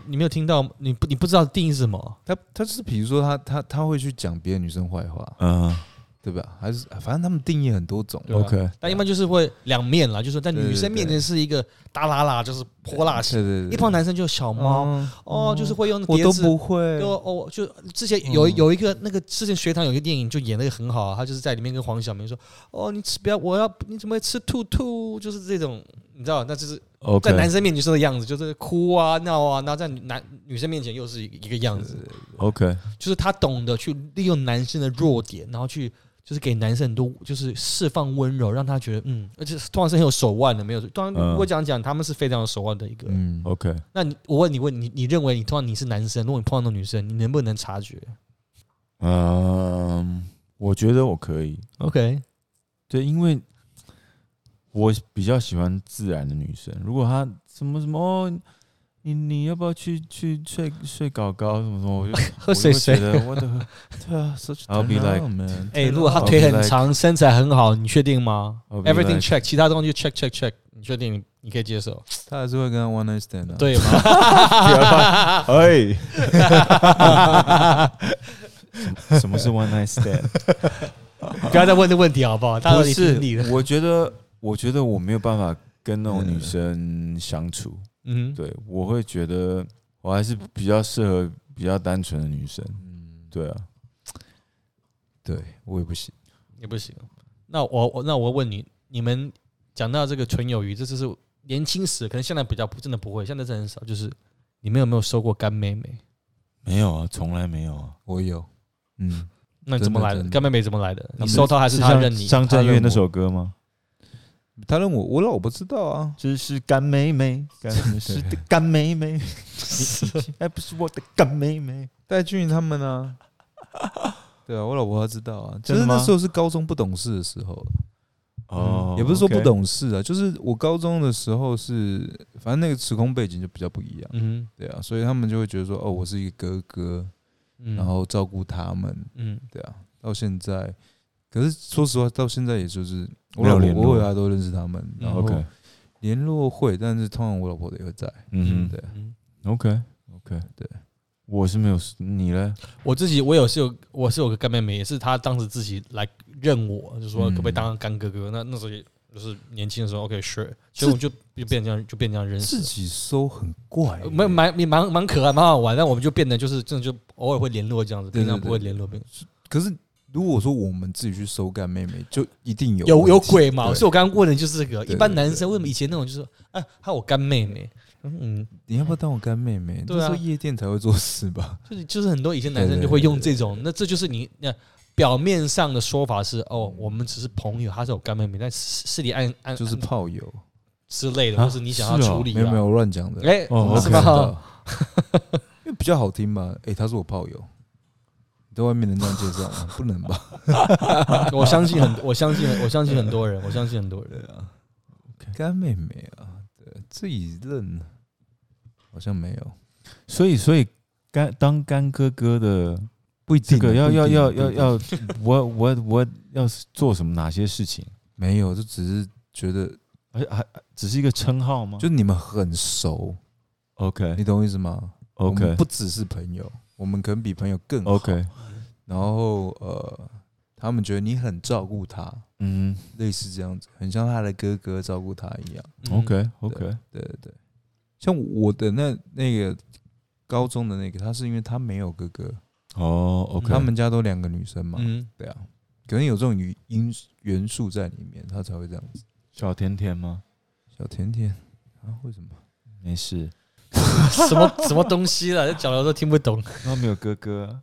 [SPEAKER 1] 你没有听到，你不你不知道定义是什么？
[SPEAKER 3] 她她就是比如说她她她会去讲别的女生坏
[SPEAKER 1] 哦
[SPEAKER 3] 话，
[SPEAKER 2] 嗯、
[SPEAKER 3] 对吧？还是反正他们定义很多种。
[SPEAKER 1] 对啊
[SPEAKER 2] OK
[SPEAKER 1] 但一般就是会两面啦，就是说在
[SPEAKER 3] 对对
[SPEAKER 1] 女生面前是一个大拉拉，就是泼辣型；
[SPEAKER 3] 对对对，
[SPEAKER 1] 一帮男生就是小猫，
[SPEAKER 3] 嗯
[SPEAKER 1] 哦，就是会用
[SPEAKER 3] 我
[SPEAKER 1] 碟
[SPEAKER 3] 都
[SPEAKER 1] 子
[SPEAKER 3] 不会嗯
[SPEAKER 1] 就。哦，就之前有有一个那个之前学堂有一个电影就演那个很好啊，他就是在里面跟黄晓明说：“哦，你吃不要，我要你怎么会吃兔兔？”就是这种，你知道，那就是在
[SPEAKER 2] OK，
[SPEAKER 1] 男生面前是的样子，就是哭啊闹啊，然后在男女生面前又是一个样子，
[SPEAKER 2] OK，
[SPEAKER 1] 就是他懂得去利用男生的弱点，然后去就是给男生很多就是释放温柔，让他觉得嗯，而且通常是很有手腕的，没有通常
[SPEAKER 2] 嗯
[SPEAKER 1] 如果讲讲他们是非常有手腕的一个。
[SPEAKER 3] 嗯，
[SPEAKER 2] OK，
[SPEAKER 1] 那你我问你问你，你认为你通常你是男生，如果你碰到那种女生，你能不能察觉
[SPEAKER 2] 嗯，我觉得我可以，
[SPEAKER 1] ？OK，
[SPEAKER 2] 对，因为我比较喜欢自然的女生。如果她什么什么，哦、你你要不要去去睡睡搞搞什么什么，
[SPEAKER 1] <laughs>
[SPEAKER 2] 我就
[SPEAKER 1] 喝水
[SPEAKER 2] 我
[SPEAKER 1] 水
[SPEAKER 2] 就。觉得我的
[SPEAKER 3] 对啊，such
[SPEAKER 2] I'll <laughs> be like-
[SPEAKER 3] turnaround, man.
[SPEAKER 1] 哎、如果他
[SPEAKER 2] I'll
[SPEAKER 1] 腿
[SPEAKER 2] be
[SPEAKER 1] 很
[SPEAKER 2] like-
[SPEAKER 1] 长，身材很好，你确定吗
[SPEAKER 2] I'll be
[SPEAKER 1] ？Everything
[SPEAKER 2] like-
[SPEAKER 1] check，其他东西 check check check，你确定你你可以接受？
[SPEAKER 3] 他还是会跟他 one night stand
[SPEAKER 2] 嗯 <laughs>
[SPEAKER 3] 啊。
[SPEAKER 1] 对吗？
[SPEAKER 2] 哎，什么是 one night stand？
[SPEAKER 1] <laughs> 不要再问这问题好不好？大家
[SPEAKER 2] 不
[SPEAKER 1] 都已经理
[SPEAKER 2] 是，
[SPEAKER 1] 了。
[SPEAKER 2] 我觉得，我觉得我没有办法跟那种
[SPEAKER 3] 嗯
[SPEAKER 2] 女生相处。
[SPEAKER 1] 嗯，，
[SPEAKER 2] 对，我会觉得我还是比较适合比较单纯的女生。
[SPEAKER 3] 嗯，
[SPEAKER 2] 对啊，
[SPEAKER 3] 对我也不行。
[SPEAKER 1] 也不行。那我我那我问你，你们讲到这个纯友谊，这就是年轻时，可能现在比较不真的不会，现在真的很少。就是你们有没有收过干妹妹？
[SPEAKER 2] 没有啊，从来没有啊。
[SPEAKER 3] 我有，嗯，
[SPEAKER 1] 那你怎么来的？
[SPEAKER 3] 真的真的
[SPEAKER 1] 干妹妹怎么来的？你
[SPEAKER 2] 那不是
[SPEAKER 1] 收她还是她
[SPEAKER 2] 像
[SPEAKER 1] 认你？
[SPEAKER 2] 张震岳那
[SPEAKER 3] 他认我
[SPEAKER 2] 首歌吗？
[SPEAKER 3] 他让我我老婆知道啊，
[SPEAKER 2] 这是干妹
[SPEAKER 3] <laughs>
[SPEAKER 2] 妹，干是的干妹妹，还不是我的干妹妹。
[SPEAKER 3] 戴俊他们
[SPEAKER 2] <laughs>
[SPEAKER 3] 啊，对啊，我老婆她知道啊，就
[SPEAKER 2] 真的
[SPEAKER 3] 是那
[SPEAKER 2] 吗
[SPEAKER 3] 时候是高中不懂事的时候，
[SPEAKER 2] 哦
[SPEAKER 3] 嗯也不是说不
[SPEAKER 2] OK
[SPEAKER 3] 懂事啊，就是我高中的时候是，反正那个时空背景就比较不一样，
[SPEAKER 1] 嗯
[SPEAKER 3] 对啊，所以他们就会觉得说，哦，我是一个哥哥，
[SPEAKER 1] 嗯，
[SPEAKER 3] 然后照顾他们，
[SPEAKER 1] 嗯，
[SPEAKER 3] 对啊，到现在，可是说实话，到现在也就是我
[SPEAKER 2] 没有
[SPEAKER 3] 老婆
[SPEAKER 2] 联络
[SPEAKER 3] 我和她都认识他们，然后
[SPEAKER 2] OK，
[SPEAKER 3] 联络会，但是通常我老婆也会在，
[SPEAKER 2] 嗯
[SPEAKER 3] 对啊，
[SPEAKER 1] 嗯，
[SPEAKER 2] 哼，OK OK，
[SPEAKER 3] 对，
[SPEAKER 2] 我是没有，你嘞？
[SPEAKER 1] 我自己我有是有我是有个干妹妹，也是她当时自己来认我，就说
[SPEAKER 2] 嗯
[SPEAKER 1] 可不可以当干哥哥？那那时候也就是年轻的时候，OK sure，所以我们就就变这样就变这样认识
[SPEAKER 3] 自
[SPEAKER 1] 了。
[SPEAKER 3] 己收很怪、
[SPEAKER 1] 呃蛮蛮也蛮蛮可爱，蛮好玩，但我们就变得就是真的就偶尔会联络这样子，
[SPEAKER 3] 对对
[SPEAKER 1] 平常不会联络。平
[SPEAKER 3] 可是如果说我们自己去收干妹妹，就一定有
[SPEAKER 1] 有
[SPEAKER 3] 问
[SPEAKER 1] 有
[SPEAKER 3] 题
[SPEAKER 1] 鬼嘛？
[SPEAKER 3] 对
[SPEAKER 1] 所以我刚刚问的就是这个。
[SPEAKER 3] 对
[SPEAKER 1] 一般
[SPEAKER 3] 对
[SPEAKER 1] 男
[SPEAKER 3] 对
[SPEAKER 1] 生为什么以前那种就是啊，还有我干妹妹，嗯，
[SPEAKER 3] 你要不要当我干妹妹？
[SPEAKER 1] 对
[SPEAKER 3] 那
[SPEAKER 1] 啊
[SPEAKER 3] 时候夜店才会做事吧？
[SPEAKER 1] 就是就是很多以前男生就会用这种，那这就是你那表面上的说法是哦，我们只是朋友，她是我干妹妹，但私私底暗暗
[SPEAKER 3] 就是
[SPEAKER 1] 暗
[SPEAKER 3] 炮友，
[SPEAKER 1] 之类的，
[SPEAKER 2] 啊
[SPEAKER 1] 或是你想要
[SPEAKER 2] 是哦
[SPEAKER 1] 处理
[SPEAKER 3] 没有
[SPEAKER 1] 啊
[SPEAKER 3] 没有，我乱讲的。
[SPEAKER 1] 哎，
[SPEAKER 2] 哦
[SPEAKER 3] 我
[SPEAKER 1] 是
[SPEAKER 3] 知
[SPEAKER 1] <laughs>
[SPEAKER 3] 道 <laughs>
[SPEAKER 1] 吧？，
[SPEAKER 3] 因为比较好听嘛。哎，他是我炮友，你在外面能这样介绍吗？不 <laughs> 能吧？
[SPEAKER 1] 我相信很，我相信很，我相信很多人，我相信很多人。
[SPEAKER 3] 啊干妹妹啊，对，自己认，好像没有，
[SPEAKER 2] 所以，所以干当干哥哥的
[SPEAKER 3] 不一定
[SPEAKER 2] 这
[SPEAKER 3] 啊。
[SPEAKER 2] 个要
[SPEAKER 3] 不一
[SPEAKER 2] 要
[SPEAKER 3] 定
[SPEAKER 2] 要
[SPEAKER 3] 不一
[SPEAKER 2] 要
[SPEAKER 3] 定
[SPEAKER 2] 要，我我我要做什么哪些事情？
[SPEAKER 3] 没有，就只是觉得，
[SPEAKER 2] 而且还只是一个称号吗？
[SPEAKER 3] 就你们很熟，你
[SPEAKER 2] OK
[SPEAKER 3] 懂我意思吗我们
[SPEAKER 2] OK
[SPEAKER 3] 不只是朋友，我们可能比朋友更好
[SPEAKER 1] 哦
[SPEAKER 2] OK，
[SPEAKER 3] 然后呃，他们觉得你很照顾他，
[SPEAKER 2] 嗯
[SPEAKER 3] 类似这样子，很像他的哥哥照顾他一样。
[SPEAKER 1] 嗯
[SPEAKER 2] ，OK OK，
[SPEAKER 3] 对对对，像我的那那个高中的那个，他是因为他没有哥哥，
[SPEAKER 2] 哦 OK，
[SPEAKER 3] 他们家都两个女生嘛，
[SPEAKER 1] 嗯， <laughs>
[SPEAKER 3] 对啊，可能有这种语因元素在里面，他才会这样子。
[SPEAKER 2] 小甜甜吗？
[SPEAKER 3] 小甜甜啊，为什么？
[SPEAKER 2] 没事，
[SPEAKER 1] 什么什么东西了，讲的我都听不懂。
[SPEAKER 2] 他没有哥哥啊。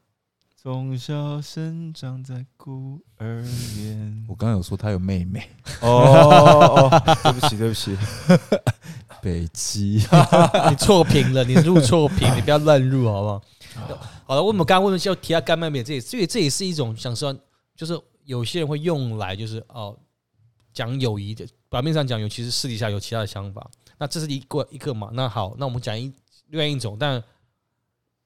[SPEAKER 2] 从小生长在孤儿院
[SPEAKER 3] 我刚刚有说他有妹妹，
[SPEAKER 2] 哦哦，哦对不起对不起，
[SPEAKER 3] 北极。
[SPEAKER 1] <laughs> 你错评了，你入错评，你不要乱入，好不好？好了，我们刚刚为什么要提到啊干妹妹？这也这也这也是一种想说，就是有些人会用来就是哦讲友谊的，表面上讲友，其实私底下有其他的想法。那这是一个一个嘛？那好，那我们讲一另外一种，但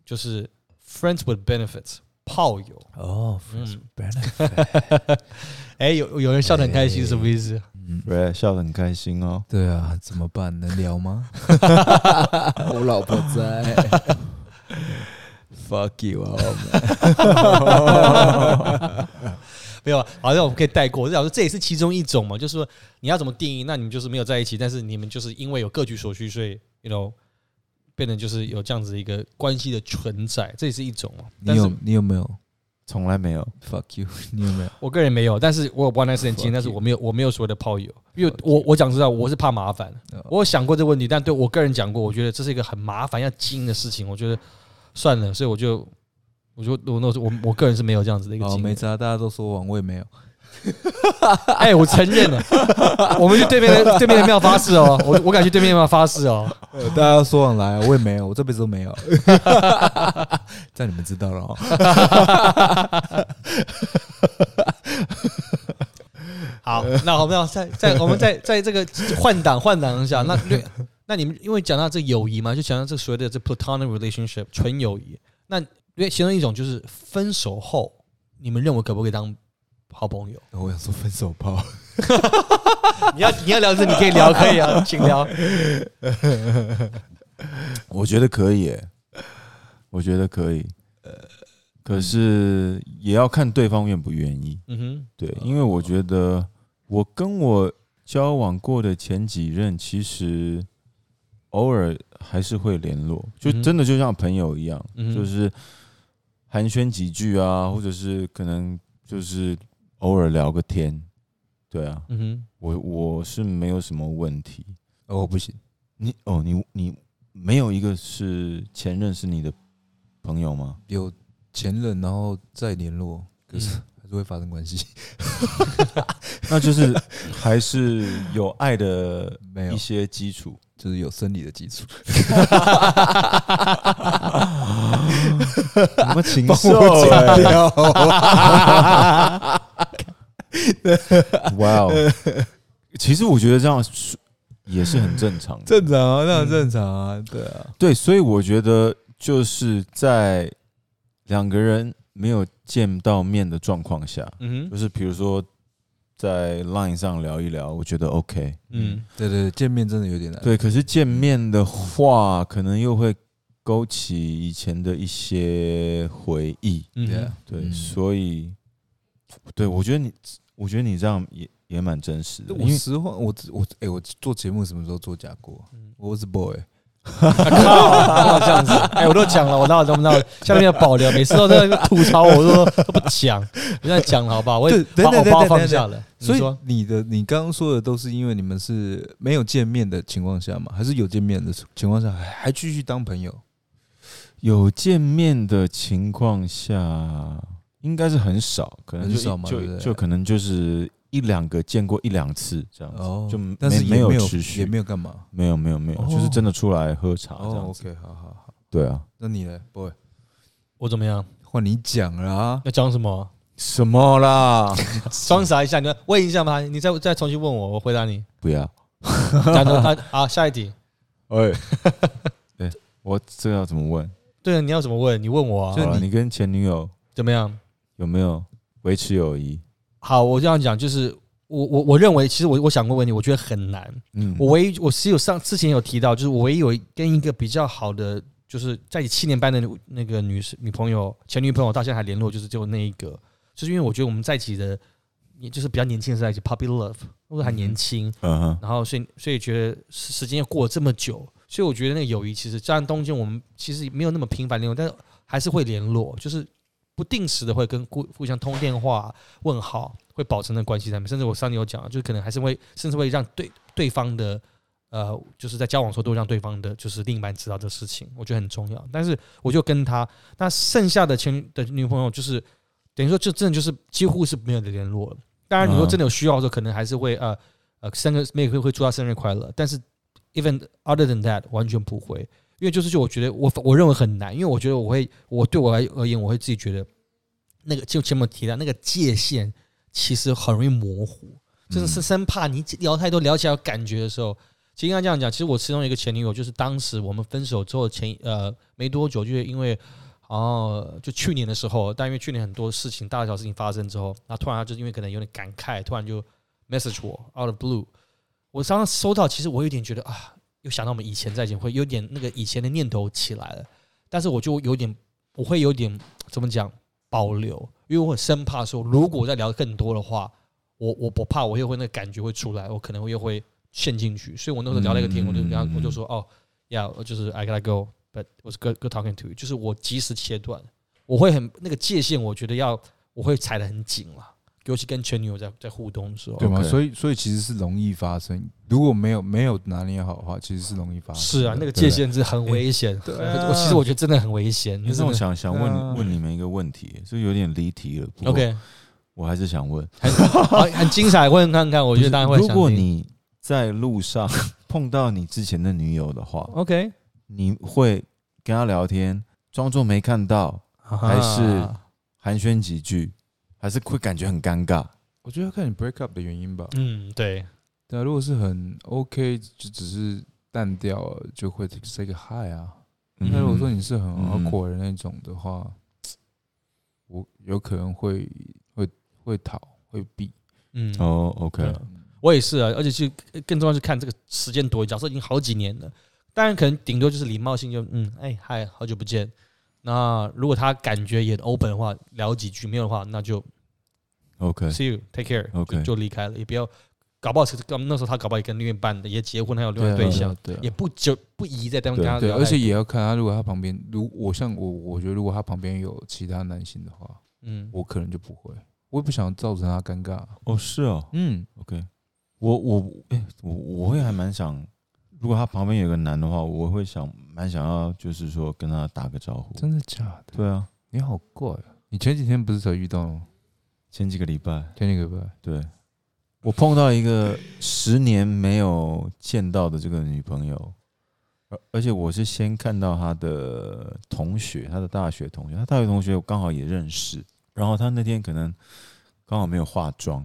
[SPEAKER 1] 就是 friends with benefits 炮友。
[SPEAKER 3] <laughs> 哦
[SPEAKER 1] 嗯，
[SPEAKER 3] benefit，
[SPEAKER 1] 哎、有有人笑得很开心，什么意思？
[SPEAKER 3] 嗯，
[SPEAKER 2] 喂，笑得很开心哦。
[SPEAKER 3] 对啊，怎么办？能聊吗？ <laughs> 我老婆在。Fuck you 哦啊！
[SPEAKER 1] 没有，好像我们可以带过。我是想说，这也是其中一种嘛，就是说你要怎么定义？那你们就是没有在一起，但是你们就是因为有各取所需，所以 you know 变成就是有这样子一个关系的存在，这也是一种嘛。
[SPEAKER 3] 你
[SPEAKER 1] 但
[SPEAKER 3] 有
[SPEAKER 1] 是
[SPEAKER 3] 你有没有
[SPEAKER 2] 从来没有。
[SPEAKER 3] ？Fuck you！你有没有？
[SPEAKER 1] 我个人没有，但是我有 one night stand 经验
[SPEAKER 3] Fuck
[SPEAKER 1] 但是我
[SPEAKER 3] you
[SPEAKER 1] 没有我没有所谓的炮友，因为我我讲实在，我是怕麻烦。我有想过这个问题，但对我个人讲过，我觉得这是一个很麻烦要经营的事情，我觉得算了，所以我就。我就我那时候我我个人是没有这样子的一个
[SPEAKER 3] 哦，
[SPEAKER 1] 经
[SPEAKER 3] 没
[SPEAKER 1] 验，
[SPEAKER 3] 差，大家都说完，我也没有。
[SPEAKER 1] <laughs> 哎、我承认了，我们去对面的对面的庙发誓哦，我我敢去对面的庙发誓哦。
[SPEAKER 3] <laughs> 呃大家都说完来，我也没有，我这辈子都没有。 <laughs> 这样你们知道了哦。
[SPEAKER 1] <laughs>
[SPEAKER 3] <laughs>
[SPEAKER 1] 好，那我们要再再我们再在这个换挡换挡一下，那略那你们因为讲到这个友谊嘛，就讲到这所谓的这 platonic relationship 纯友谊，那略形容一种就是分手后，你们认为可不可以当好朋友？
[SPEAKER 3] 我想说分手炮。
[SPEAKER 1] <laughs> 你要你要聊这，你可以聊，可以啊，请聊。
[SPEAKER 2] 我觉得可以耶，我觉得可以。可是也要看对方愿不愿意。
[SPEAKER 1] 嗯哼，
[SPEAKER 2] 对，因为我觉得我跟我交往过的前几任，其实偶尔还是会联络，就
[SPEAKER 1] 嗯哼
[SPEAKER 2] 真的就像朋友一样，
[SPEAKER 1] 嗯哼
[SPEAKER 2] 就是寒暄几句啊，或者是可能就是偶尔聊个天。对啊，
[SPEAKER 1] 嗯哼，
[SPEAKER 2] 我我是没有什么问题。
[SPEAKER 3] <laughs> 哦，我不行，
[SPEAKER 2] 你哦，你你没有一个是前任是你的朋友
[SPEAKER 1] <laughs>
[SPEAKER 2] 吗？
[SPEAKER 3] 有前任然后再联络，可是还是会发生关系， <laughs>
[SPEAKER 2] 那就是还是有爱的
[SPEAKER 3] 没有
[SPEAKER 2] 一，些基础。
[SPEAKER 3] 就是有生理的基础。
[SPEAKER 1] <laughs>
[SPEAKER 2] 什么禽
[SPEAKER 3] 帮
[SPEAKER 2] 兽、
[SPEAKER 3] 我剪
[SPEAKER 2] 欸？ <laughs>
[SPEAKER 3] 掉，
[SPEAKER 2] 哇哦！其实我觉得这样是也是很正常的。
[SPEAKER 3] 正常啊，那很正常啊，对啊，
[SPEAKER 2] 对，所以我觉得就是在两个人没有见到面的状况下，
[SPEAKER 1] 嗯
[SPEAKER 2] 就
[SPEAKER 1] 哼，
[SPEAKER 2] 是比如说在 Line 上聊一聊，我觉得 OK。
[SPEAKER 1] 嗯
[SPEAKER 3] 对对，对见面真的有点难。
[SPEAKER 2] 对，可是见面的话，可能又会勾起以前的一些回忆。
[SPEAKER 1] 嗯
[SPEAKER 3] 对啊
[SPEAKER 1] 哼，
[SPEAKER 2] 对，
[SPEAKER 3] 嗯
[SPEAKER 2] 所以，对我觉得你，我觉得你这样也也蛮真实的，因
[SPEAKER 3] 我
[SPEAKER 2] 为
[SPEAKER 3] 实话，我我哎、我做节目什么时候做假过？我是 boy，
[SPEAKER 1] 啊靠，不要这样子，哎，我都讲了，我哪有那么那下面要保留，每次都在吐槽我，都说都不讲，不要讲了，好不好？我也
[SPEAKER 3] 对
[SPEAKER 1] 把
[SPEAKER 3] 对
[SPEAKER 1] 我
[SPEAKER 3] 对
[SPEAKER 1] 包
[SPEAKER 3] 对
[SPEAKER 1] 放
[SPEAKER 3] 对
[SPEAKER 1] 下了，你
[SPEAKER 3] 所以
[SPEAKER 1] 说
[SPEAKER 3] 你的你刚刚说的都是因为你们是没有见面的情况下嘛，还是有见面的情况下还还继续当朋友？
[SPEAKER 2] 有见面的情况下，应该是很少，可能
[SPEAKER 3] 很
[SPEAKER 2] 就
[SPEAKER 3] 少
[SPEAKER 2] 一
[SPEAKER 3] 嘛对不
[SPEAKER 2] 就
[SPEAKER 3] 对
[SPEAKER 2] 就可能就是一两个见过一两次这样子，
[SPEAKER 3] 哦，
[SPEAKER 2] 就没
[SPEAKER 3] 但是也
[SPEAKER 2] 没
[SPEAKER 3] 没
[SPEAKER 2] 有持续
[SPEAKER 3] 也没有干嘛。
[SPEAKER 2] 没有没有没有，
[SPEAKER 3] 哦
[SPEAKER 2] 就是真的出来喝茶这
[SPEAKER 3] 哦
[SPEAKER 2] 样子。
[SPEAKER 3] ，OK，好好好，
[SPEAKER 2] 对啊，
[SPEAKER 3] 那你呢，boy？
[SPEAKER 1] 我怎么样？
[SPEAKER 3] 换你讲了啊，
[SPEAKER 1] 要讲什么？
[SPEAKER 2] 什么啦？
[SPEAKER 1] 装傻一下，你问一下嘛，你再再重新问我，我回答
[SPEAKER 3] <laughs>
[SPEAKER 1] 你。
[SPEAKER 2] <laughs> 不要，
[SPEAKER 1] 讲的他啊，下一题。
[SPEAKER 2] 哎，对，我这个要怎么问？
[SPEAKER 1] 对啊，你要怎么问？你问我啊
[SPEAKER 3] 就，
[SPEAKER 2] 好了，
[SPEAKER 3] 你
[SPEAKER 2] 你跟前女友
[SPEAKER 1] 怎么样？
[SPEAKER 2] 有没有维持友谊？
[SPEAKER 1] 好，我这样讲，就是我我我认为，其实我我想过问题，我觉得很难。
[SPEAKER 2] 嗯，
[SPEAKER 1] 我唯一我只有上之前有提到，就是我唯一有一跟一个比较好的，就是在你七年班的那那个女士女朋友前女朋友，到现在还联络，就是只有那一个，就是因为我觉得我们在一起的，也就是比较年轻的时候在一起，puppy love，或者还年轻，
[SPEAKER 2] 嗯哼，
[SPEAKER 1] 然后所以所以觉得时时间又过了这么久，所以我觉得那个友谊其实，虽然中间我们其实没有那么频繁联络，但是还是会联络，就是不定时的会跟互互相通电话问好，会保持那个关系上面。甚至我上次有讲，就是可能还是会，甚至会让对对方的呃，就是在交往的时候都会让对方的就是另一半知道这事情，我觉得很重要。但是我就跟他，那剩下的前的女朋友就是等于说就真的就是几乎是没有的联络了。当然，你说真的有需要的时候，可能还是会呃呃生日 maybe 会会祝他生日快乐，但是 even other than that 完全不会，因为就是就我觉得我我认为很难，因为我觉得我会我对我来而言，我会自己觉得那个就前面有提到那个界限其实很容易模糊，就是是生怕你聊太多聊起来有感觉的时候，其实应该这样讲，其实我其中一个前女友，就是当时我们分手之后前呃没多久，就是因为哦，就去年的时候，但因为去年很多事情，大小事情发生之后，那突然他就是因为可能有点感慨，突然就 message 我 out of blue。我刚刚收到，其实我有点觉得啊，又想到我们以前在一起，会有点那个以前的念头起来了，但是我就有点，我会有点怎么讲保留，因为我很生怕说，如果再聊更多的话，我我不怕我又会那个感觉会出来，我可能又会陷进去，所以我那时候聊了一个
[SPEAKER 3] 嗯
[SPEAKER 1] 天，我就跟他我就说哦，yeah，我就是 I gotta go，but was good good talking to you，就是我及时切断，我会很那个界限，我觉得要我会踩得很紧了，尤其跟前女友在在互动的时候，
[SPEAKER 3] <laughs> 对吗？
[SPEAKER 2] OK
[SPEAKER 3] 所以所以其实是容易发生，如果没有没有拿捏好的话，其实是容易发生的。
[SPEAKER 1] 是啊，那个
[SPEAKER 3] 对
[SPEAKER 1] 界限是很危险。
[SPEAKER 3] 对
[SPEAKER 1] 我其实我觉得真的很危险。
[SPEAKER 2] 你这种
[SPEAKER 1] 真的
[SPEAKER 2] 想想问
[SPEAKER 3] 嗯
[SPEAKER 2] 你问你们一个问题，这有点离题了。不过
[SPEAKER 1] OK，
[SPEAKER 2] 我还是想问，
[SPEAKER 1] 很好很精彩，问看看，我觉得大家会
[SPEAKER 2] 如
[SPEAKER 1] 想听。
[SPEAKER 2] 果你在路
[SPEAKER 1] <laughs>
[SPEAKER 2] 上碰到你之前的女友的话，
[SPEAKER 1] OK，
[SPEAKER 2] 你会跟她聊天，装作没看到，还是
[SPEAKER 1] 啊
[SPEAKER 2] 寒暄几句，还是会感觉很尴尬？
[SPEAKER 3] 我觉得要看你 break up 的原因吧。
[SPEAKER 1] 嗯，对，
[SPEAKER 3] 对啊，如果是很 OK，就只是淡掉了，就会 say 个 hi 啊。
[SPEAKER 2] 嗯
[SPEAKER 3] 那如果说你是很
[SPEAKER 2] 嗯
[SPEAKER 3] hardcore 的那种的话，我有可能会会会逃会避。
[SPEAKER 1] 嗯，
[SPEAKER 2] 哦，OK，
[SPEAKER 1] 对啊我也是啊，而且是更重要是看这个时间多久，假设已经好几年了，当然可能顶多就是礼貌性就嗯，哎嗨，好久不见，那如果他感觉也 open 的话，聊几句；没有的话，那就
[SPEAKER 2] OK
[SPEAKER 1] see you，take care，
[SPEAKER 2] OK，
[SPEAKER 1] 就离开了，也不要搞不好是那时候他搞不好也跟另一半也结婚，还有另外对象，
[SPEAKER 2] 对啊
[SPEAKER 1] 也不久不宜在跟
[SPEAKER 3] 对
[SPEAKER 1] 他
[SPEAKER 3] 对，
[SPEAKER 1] 聊
[SPEAKER 3] 而
[SPEAKER 1] 太
[SPEAKER 3] 且
[SPEAKER 1] 多
[SPEAKER 3] 也要看他，如果他旁边，如我像我，我觉得如果他旁边有其他男性的话，
[SPEAKER 1] 嗯，
[SPEAKER 3] 我可能就不会，我也不想造成他尴尬。
[SPEAKER 2] 哦是哦
[SPEAKER 3] 嗯，
[SPEAKER 2] ，OK，我我哎、我我会还蛮想，如果他旁边有个男的话，我会想蛮想要，就是说跟他打个招呼。
[SPEAKER 3] 真的假的？
[SPEAKER 2] 对啊，
[SPEAKER 3] 你好怪、啊，你前几天不是才遇到吗？
[SPEAKER 2] 前几个礼拜，
[SPEAKER 3] 前几个礼拜，
[SPEAKER 2] 对我碰到一个十年没有见到的这个女朋友，而而且我是先看到她的同学，她的大学同学，她大学同学我刚好也认识，然后她那天可能刚好没有化妆，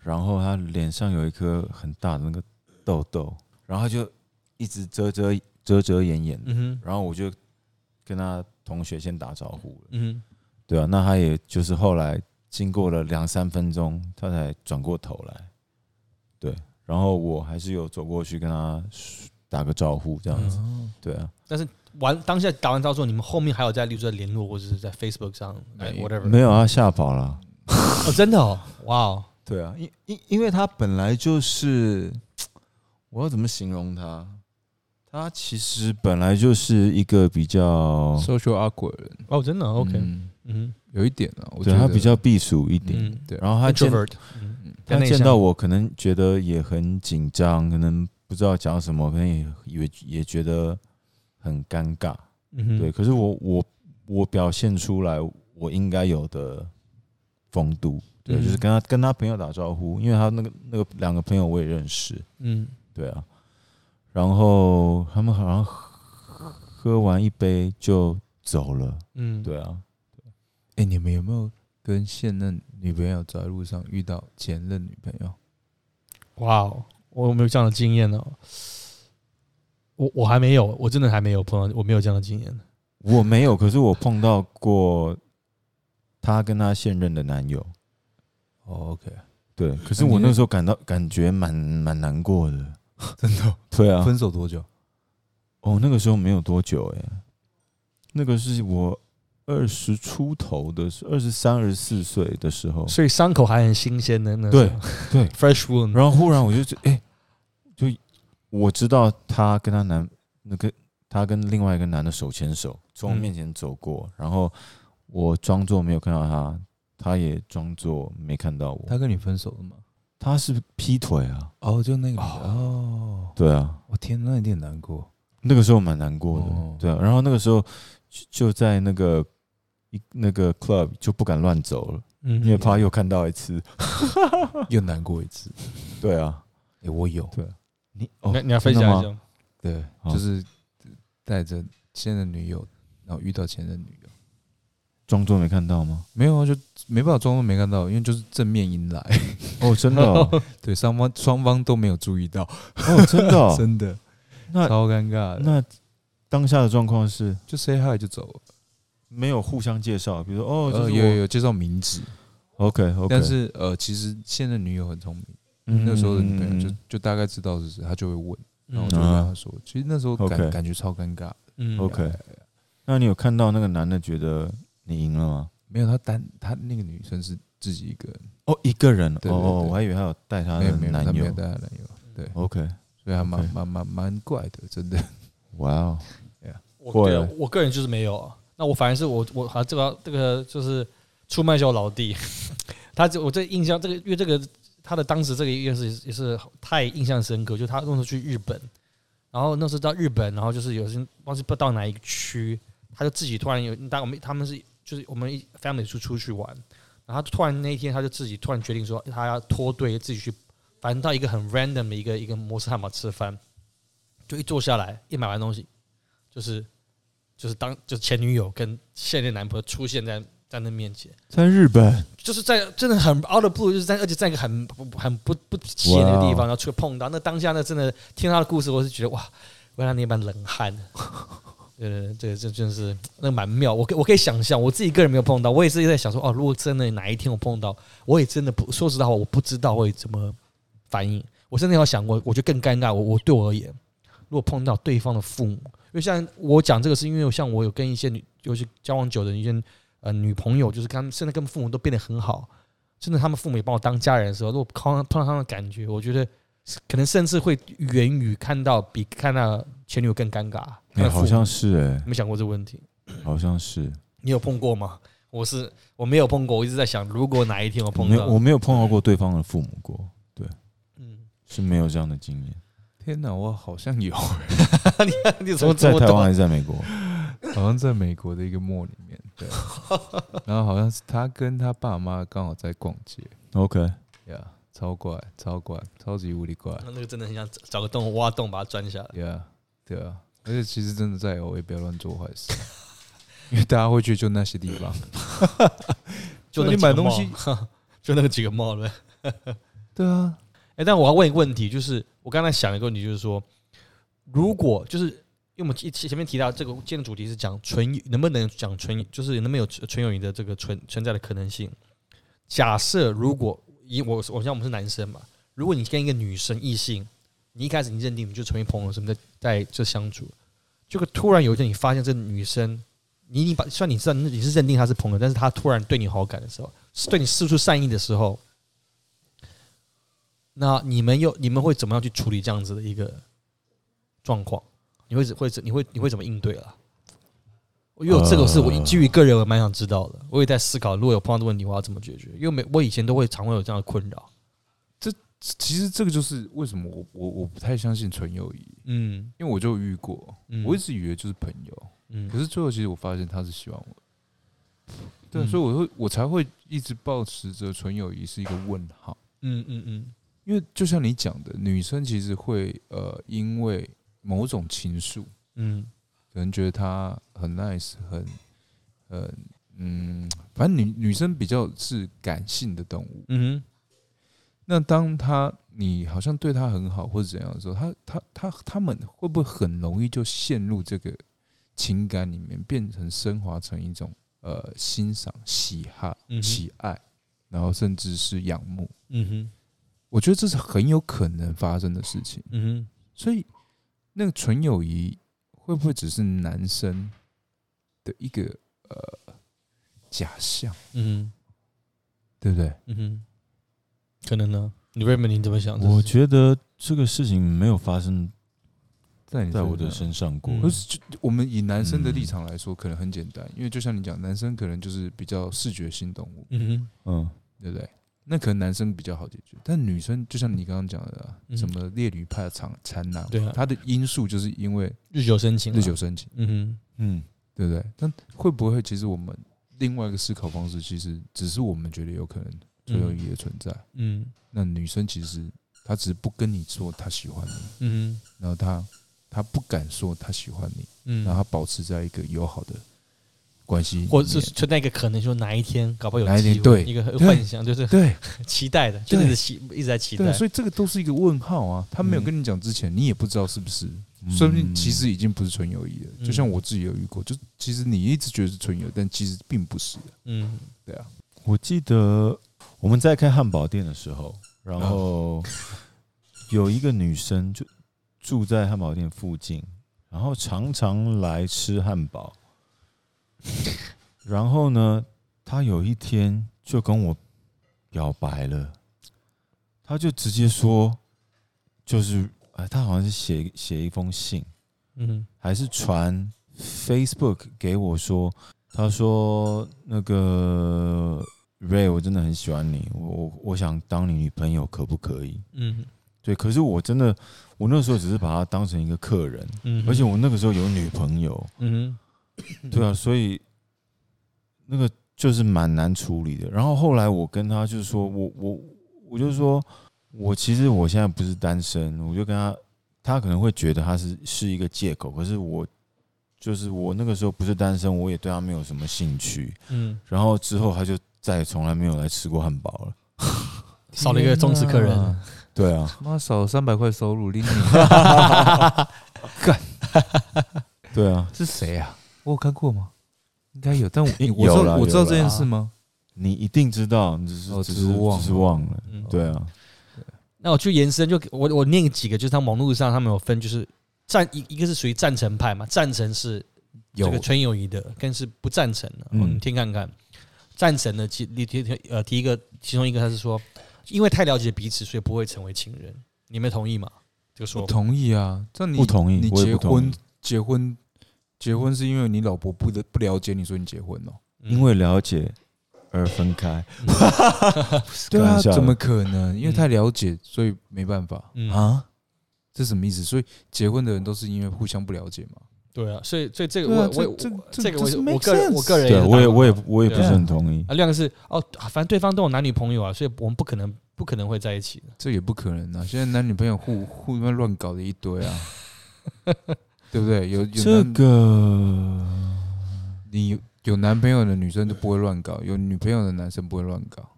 [SPEAKER 2] 然后她脸上有一颗很大的那个痘痘，然后她就一直遮遮遮遮掩掩的，
[SPEAKER 1] 嗯哼，
[SPEAKER 2] 然后我就跟她同学先打招呼了。
[SPEAKER 1] 嗯
[SPEAKER 2] 对啊，那他也就是后来经过了两三分钟，他才转过头来。对，然后我还是有走过去跟他打个招呼，这样子。
[SPEAKER 3] 哦
[SPEAKER 2] 对啊，
[SPEAKER 1] 哼，完当下打完招之后，你们后面还有在例如说联络，或者是在 Facebook 上哎
[SPEAKER 3] 没
[SPEAKER 1] ，whatever，
[SPEAKER 2] 没有他吓跑了。
[SPEAKER 1] 哦，真的哦，哇哦，
[SPEAKER 2] 对啊，因因因为他本来就是，我要怎么形容他？他其实本来就是一个比较，
[SPEAKER 3] ，social awkward 人
[SPEAKER 1] 哦，真的哦，OK，
[SPEAKER 3] 嗯
[SPEAKER 1] 嗯
[SPEAKER 3] 有一点啊，我觉
[SPEAKER 2] 对
[SPEAKER 3] 得
[SPEAKER 2] 他比较避暑一点。
[SPEAKER 1] 嗯，
[SPEAKER 3] 对
[SPEAKER 2] 然后他见
[SPEAKER 1] introvert，嗯，
[SPEAKER 3] 嗯
[SPEAKER 1] 比较
[SPEAKER 2] 他
[SPEAKER 1] 内
[SPEAKER 2] 见
[SPEAKER 1] 向
[SPEAKER 2] 到我可能觉得也很紧张，可能不知道讲什么，可能也以为也觉得很尴尬，
[SPEAKER 1] 嗯哼
[SPEAKER 2] 对。，可是我我我表现出来我应该有的风度，对，
[SPEAKER 1] 嗯
[SPEAKER 2] 就是跟他跟他朋友打招呼，因为他那个那个两个朋友我也认识，
[SPEAKER 1] 嗯
[SPEAKER 2] 对啊。然后他们好像喝喝完一杯就走了，
[SPEAKER 1] 嗯，
[SPEAKER 2] 对啊。
[SPEAKER 3] 哎、你们有没有跟现任女朋友走在路上遇到前任女朋友？
[SPEAKER 1] 哇哦，我有没有这样的经验呢、我我还没有，我真的还没有碰到，我没有这样的经验。
[SPEAKER 2] 我没有，可是我碰到过她跟她现任的男友。
[SPEAKER 3] 哦，OK、
[SPEAKER 2] 对，可是
[SPEAKER 3] 那你
[SPEAKER 2] 我
[SPEAKER 3] 那
[SPEAKER 2] 那时候感到感觉蛮蛮难过的，
[SPEAKER 3] <laughs> 真的哦、
[SPEAKER 2] 对啊，
[SPEAKER 3] 分手多久？
[SPEAKER 2] 哦，那个时候没有多久哎、那个是我二十出头的时，二十三、二十四岁的时候，
[SPEAKER 1] 所以伤口还很新鲜的呢。
[SPEAKER 2] 哦对对，
[SPEAKER 1] ，fresh wound。
[SPEAKER 2] 然后忽然我就觉哎、就我知道她跟她男那个她跟另外一个男的手牵手从我
[SPEAKER 1] 嗯
[SPEAKER 2] 面前走过，然后我装作没有看到她，她也装作没看到我，
[SPEAKER 3] 他跟你分手了吗？
[SPEAKER 2] 她是劈腿啊，
[SPEAKER 3] 哦，就那个女的哦，
[SPEAKER 2] 对啊，
[SPEAKER 3] 我天，那有点难过。
[SPEAKER 2] 那个时候蛮难过的，
[SPEAKER 3] 哦
[SPEAKER 2] 对啊、然后那个时候就就在那个一那个 club 就不敢乱走了，
[SPEAKER 1] 嗯
[SPEAKER 2] 因
[SPEAKER 1] <laughs>
[SPEAKER 2] 为怕又看到一次。
[SPEAKER 3] 又难过一次。
[SPEAKER 2] 对啊，
[SPEAKER 3] 哎、我有，
[SPEAKER 2] 对啊，你哦
[SPEAKER 1] 你，你要分享一
[SPEAKER 2] 真
[SPEAKER 1] 下。
[SPEAKER 3] 对，
[SPEAKER 2] 好
[SPEAKER 3] 就是带着现任女友，然后遇到前任女友，
[SPEAKER 2] 装作没看到吗？
[SPEAKER 3] 没有啊，就没办法装作没看到，因为就是正面迎来， <laughs>
[SPEAKER 2] 哦，真的哦，
[SPEAKER 3] 对，双方双方都没有注意到，
[SPEAKER 2] 哦真的、哦。
[SPEAKER 3] <laughs> 真的
[SPEAKER 2] 那
[SPEAKER 3] 超尴尬的，
[SPEAKER 2] 那当下的状况是
[SPEAKER 3] 就 say hi 就走了。
[SPEAKER 2] 没有互相介绍，比如说哦，这
[SPEAKER 3] 呃，
[SPEAKER 2] 是
[SPEAKER 3] 有有
[SPEAKER 2] 我
[SPEAKER 3] 有介绍名字，
[SPEAKER 2] OK OK，
[SPEAKER 3] 但是呃，其实现任女友很聪明，
[SPEAKER 2] 嗯
[SPEAKER 3] 那时候的女朋友就嗯就大概知道是谁，她就会问，然后我就
[SPEAKER 1] 嗯
[SPEAKER 3] 会跟她说，其实那时候感
[SPEAKER 2] OK
[SPEAKER 3] 感觉超尴尬，
[SPEAKER 1] 嗯
[SPEAKER 2] OK。那你有看到那个男的觉得你赢了吗？
[SPEAKER 3] 没有她单她那个女生是自己一个人，
[SPEAKER 2] 哦，一个人
[SPEAKER 3] 对对
[SPEAKER 2] 哦，
[SPEAKER 3] 对
[SPEAKER 2] 我还以为他有带他
[SPEAKER 3] 没
[SPEAKER 2] 的
[SPEAKER 3] 有没有她
[SPEAKER 2] 嗯男
[SPEAKER 3] 没
[SPEAKER 2] 友
[SPEAKER 3] 有。带她男友，
[SPEAKER 2] OK，
[SPEAKER 3] 所以还蛮
[SPEAKER 2] OK
[SPEAKER 3] 蛮蛮蛮怪的，真的。
[SPEAKER 2] 哇哦，
[SPEAKER 1] 我
[SPEAKER 2] 过
[SPEAKER 1] 对
[SPEAKER 2] 了
[SPEAKER 1] 啊我个人就是没有啊。那我反而是我我好像这个这个就是出卖一下我老弟， <laughs> 他这我这印象这个因为这个他的当时这个也是也是太印象深刻，就他那时候去日本，然后那时候到日本，然后就是有些忘记不知道哪一个区，他就自己突然有，当我们他们是就是我们一 family 出出去玩，然后他突然那一天他就自己突然决定说他要脱队自己去，反正到一个很 random 的一个一个摩斯汉堡吃饭，就一坐下来一买完东西，就是就是当就是前女友跟现任男朋友出现在在那面前，
[SPEAKER 2] 在日本
[SPEAKER 1] 就是在真的很 out of blue，就是在而且在一个很很不不显的地方，然后去碰到那当下那真的听他的故事，我是觉得哇，我让那般冷汗。 <laughs> 对对对，这这真是那蛮妙。我可以我可以想象，我自己个人没有碰到，我也是在想说，哦，如果真的哪一天我碰到，我也真的不说实话，我不知道会怎么反应。我真的要想过，我觉得更尴尬。我我对我而言，如果碰到对方的父母，因为像我讲这个是因为像我有跟一些女尤其交往久的一些呃女朋友，就是跟他们现在跟父母都变得很好，真的他们父母也把我当家人的时候，如果碰到碰到他们的感觉，我觉得是可能甚至会远于看到比看到前女友更尴尬。
[SPEAKER 2] 哎、
[SPEAKER 1] 看到父母
[SPEAKER 2] 好像是哎、
[SPEAKER 1] 没想过这个问题，
[SPEAKER 2] 好像是，
[SPEAKER 1] 你有碰过吗？我是我没有碰过，我一直在想，如果哪一天我
[SPEAKER 2] 我
[SPEAKER 1] 碰
[SPEAKER 2] 没有我
[SPEAKER 1] 到，
[SPEAKER 2] 没有碰到过对方的父母过，
[SPEAKER 1] 嗯， <laughs>
[SPEAKER 2] 是没有这样的经验。
[SPEAKER 3] 天哪，我好像有，好
[SPEAKER 1] 你怎么这
[SPEAKER 2] 在
[SPEAKER 1] 么
[SPEAKER 2] 台湾
[SPEAKER 1] 多
[SPEAKER 2] 还？是在美国？
[SPEAKER 3] 像在美国的一个 mall 里面，对，然后好像是他跟他爸妈刚好在逛街，
[SPEAKER 2] OK，
[SPEAKER 3] 呀、yeah,，超怪，超怪，超级无敌怪
[SPEAKER 1] <laughs> 那个真的很想找找个洞挖洞把它钻下来。
[SPEAKER 3] ，Yeah，对啊，而且其实真的在 LA 不要乱做坏事，因为大家会去就那些地方，
[SPEAKER 1] 就那
[SPEAKER 3] 你
[SPEAKER 1] 几
[SPEAKER 3] 买
[SPEAKER 1] 个
[SPEAKER 3] 东西
[SPEAKER 1] mall，就 <laughs> 那个几个 mall 呗。
[SPEAKER 3] 对啊，
[SPEAKER 1] <laughs> 哎、但我要问一个问题，就是我刚才想了一个问题，就是说，如果就是因为我们前前面提到这个今天的主题是讲纯能不能讲纯，就是能不能有纯友谊的这个存存在的可能性。假设如果以我我像我们是男生嘛，如果你跟一个女生异性，你一开始你认定你们就成为朋友，什么在在这相处，结果突然有一天你发现这女生，你你把虽然你知道你是认定她是朋友，但是她突然对你好感的时候，是对你示出善意的时候，那你们又你们会怎么样去处理这样子的一个状况？你会会你会你会怎么应对啊？因为我这个是我
[SPEAKER 2] 呃
[SPEAKER 1] 基于个人，我蛮想知道的。我也在思考，如果有碰到这个问题，我要怎么解决？因为没我以前都会常会有这样的困扰。
[SPEAKER 3] 其实这个就是为什么我我我不太相信纯友谊，
[SPEAKER 1] 嗯，
[SPEAKER 3] 因为我就遇过，
[SPEAKER 1] 嗯
[SPEAKER 3] 我一直以为就是朋友，
[SPEAKER 1] 嗯
[SPEAKER 3] 可是最后其实我发现他是喜欢我的，对啊，
[SPEAKER 1] 嗯
[SPEAKER 3] 所以我会我才会一直保持着纯友谊是一个问号，
[SPEAKER 1] 嗯嗯嗯
[SPEAKER 3] 因为就像你讲的，女生其实会呃因为某种情愫，
[SPEAKER 1] 嗯
[SPEAKER 3] 可能觉得他很 nice，很很嗯，反正女女生比较是感性的动物，
[SPEAKER 1] 嗯
[SPEAKER 3] 那当他你好像对他很好或者怎样的时候，他他他他们会不会很容易就陷入这个情感里面，变成升华成一种呃欣赏、喜好、
[SPEAKER 1] 嗯哼
[SPEAKER 3] 喜爱，然后甚至是仰慕？
[SPEAKER 1] 嗯哼
[SPEAKER 3] 我觉得这是很有可能发生的事情。
[SPEAKER 1] 嗯哼
[SPEAKER 3] 所以，那个纯友谊会不会只是男生的一个呃假象，
[SPEAKER 1] 嗯
[SPEAKER 3] 对不对？
[SPEAKER 1] 哼嗯哼，可能
[SPEAKER 3] 啊
[SPEAKER 1] 呢？你 Raymond 你怎么想？
[SPEAKER 2] 我觉得这个事情没有发生
[SPEAKER 3] 在你
[SPEAKER 2] 在我的
[SPEAKER 3] 身上
[SPEAKER 2] 身上过。
[SPEAKER 1] 嗯
[SPEAKER 3] 不是，就我们以男生的立
[SPEAKER 2] 嗯
[SPEAKER 3] 场来说，可能很简单，因为就像你讲，男生可能就是比较视觉性动物，
[SPEAKER 1] 嗯
[SPEAKER 2] 嗯，
[SPEAKER 3] 对不对？那可能男生比较好解决，但女生就像你刚刚讲的、啊，
[SPEAKER 1] 嗯
[SPEAKER 3] 什么烈女派长缠男，
[SPEAKER 1] 对啊
[SPEAKER 3] 它的因素就是因为
[SPEAKER 1] 哼，日久生情，
[SPEAKER 3] 日久，生情，啊
[SPEAKER 1] 嗯哼
[SPEAKER 2] 嗯，
[SPEAKER 3] 对不对？但会不会其实我们另外一个思考方式，其实只是我们觉得有可能最有意义的存在。
[SPEAKER 1] 嗯
[SPEAKER 3] 那女生其实她只是不跟你说她喜欢你，
[SPEAKER 1] 嗯哼
[SPEAKER 3] 然后她她不敢说她喜欢你，
[SPEAKER 1] 嗯，
[SPEAKER 3] 然后保持在一个友好的关系里面，
[SPEAKER 1] 或者是存在一个可能，说哪一天搞不好有
[SPEAKER 3] 啊哪一天
[SPEAKER 1] 机会
[SPEAKER 3] 对
[SPEAKER 1] 一个
[SPEAKER 3] 对
[SPEAKER 1] 幻想，
[SPEAKER 2] <laughs>
[SPEAKER 1] 就是 <laughs>
[SPEAKER 3] 对
[SPEAKER 1] 期待的，就
[SPEAKER 3] 对
[SPEAKER 1] 一直期一直在期
[SPEAKER 3] 对，啊
[SPEAKER 1] 待。
[SPEAKER 3] 所以这个都是一个问号啊。他没有
[SPEAKER 1] 嗯
[SPEAKER 3] 跟你讲之前，你也不知道是不是，
[SPEAKER 2] 嗯
[SPEAKER 3] 说不定其实已经不是纯友谊了。
[SPEAKER 1] 嗯
[SPEAKER 3] 就像我自己有遇过，就其实你一直觉得是纯友，但其实并不是。
[SPEAKER 1] 嗯
[SPEAKER 3] 对啊，
[SPEAKER 2] 我记得我们在开汉堡店的时候，然后有一个女生就住在汉堡店附近，然后常常来吃汉堡。然后呢，她有一天就跟我表白了，她就直接说，就是哎，她好像是写写一封信，
[SPEAKER 1] 嗯
[SPEAKER 2] 还是传 Facebook 给我说，他说那个 Ray，我真的很喜欢你，我我我想当你女朋友，可不可以？
[SPEAKER 1] 嗯
[SPEAKER 2] 对，可是我真的，我那时候只是把她当成一个客人，
[SPEAKER 1] 嗯哼，
[SPEAKER 2] 而且我那个时候有女朋友，
[SPEAKER 1] 嗯
[SPEAKER 2] 对啊，所以那个就是蛮难处理的。然后后来我跟他就是说我我我就说我其实我现在不是单身，我就跟他，他可能会觉得他是是一个借口，可是我就是我那个时候不是单身，我也对他没有什么兴趣。
[SPEAKER 1] 哼嗯，
[SPEAKER 2] 然后之后他就再也从来没有来吃过汉堡了。
[SPEAKER 1] 少了一个忠实客人。
[SPEAKER 2] 对啊，
[SPEAKER 3] 妈少三百块收入，拎你
[SPEAKER 2] <laughs>
[SPEAKER 1] <laughs>
[SPEAKER 2] 对啊，
[SPEAKER 3] 是谁啊？我有看过吗？应该有，但我
[SPEAKER 2] 应
[SPEAKER 3] 我知
[SPEAKER 2] 有啦
[SPEAKER 3] 道我知道
[SPEAKER 2] 有啦
[SPEAKER 3] 这件事吗？
[SPEAKER 2] 你一定知道，你只是
[SPEAKER 3] 哦
[SPEAKER 2] 只
[SPEAKER 3] 只
[SPEAKER 2] 是
[SPEAKER 3] 是忘
[SPEAKER 2] 只是忘了。
[SPEAKER 1] 嗯，
[SPEAKER 2] 对啊，
[SPEAKER 1] 那我去延伸就，我我念几个，就是他网络上他们有分，就是赞一一个是属于赞成派嘛，赞成是这
[SPEAKER 2] 有
[SPEAKER 1] 个纯友谊的，更是不赞成的。
[SPEAKER 2] 嗯
[SPEAKER 1] 我们听看看，赞成的其你提提呃提一个，其中一个他是说，因为太了解彼此，所以不会成为情人。你们同意吗？这个
[SPEAKER 3] 不
[SPEAKER 1] 说法
[SPEAKER 3] 同意啊，这样你
[SPEAKER 2] 不同意
[SPEAKER 3] 你
[SPEAKER 2] 我也
[SPEAKER 3] 结
[SPEAKER 2] 不同意
[SPEAKER 3] 婚结婚结婚是因为你老婆不得不了解你，所以你结婚哦。
[SPEAKER 1] 嗯
[SPEAKER 2] 因为了解而分开。
[SPEAKER 3] 对
[SPEAKER 2] 开
[SPEAKER 3] 啊，
[SPEAKER 2] 玩笑的嗯
[SPEAKER 3] 怎么可能？因为太了解，所以没办法。
[SPEAKER 1] 嗯嗯
[SPEAKER 2] 啊，
[SPEAKER 3] 这什么意思？所以结婚的人都是因为互相不了解嘛。
[SPEAKER 1] 对啊，所以所以这个
[SPEAKER 3] 对啊
[SPEAKER 1] 我我
[SPEAKER 3] 这
[SPEAKER 1] 我
[SPEAKER 3] 这
[SPEAKER 1] 这个
[SPEAKER 3] 这是
[SPEAKER 1] 我
[SPEAKER 3] make
[SPEAKER 1] 我个人
[SPEAKER 3] sense
[SPEAKER 1] 我个人
[SPEAKER 2] 对啊
[SPEAKER 1] 是
[SPEAKER 2] 我也
[SPEAKER 1] 打
[SPEAKER 2] 我也我也不是
[SPEAKER 1] 对啊
[SPEAKER 2] 很同意。
[SPEAKER 1] 啊，另外是哦，反正对方都有男女朋友啊，所以我们不可能不可能会在一起的。
[SPEAKER 3] 这也不可能啊！现在男女朋友互互乱乱搞的一
[SPEAKER 2] <laughs>
[SPEAKER 3] 堆啊，对不对？有有
[SPEAKER 2] 这
[SPEAKER 3] 男
[SPEAKER 2] 个
[SPEAKER 3] 你有有男朋友的女生就不会乱搞，有女朋友的男生不会乱搞。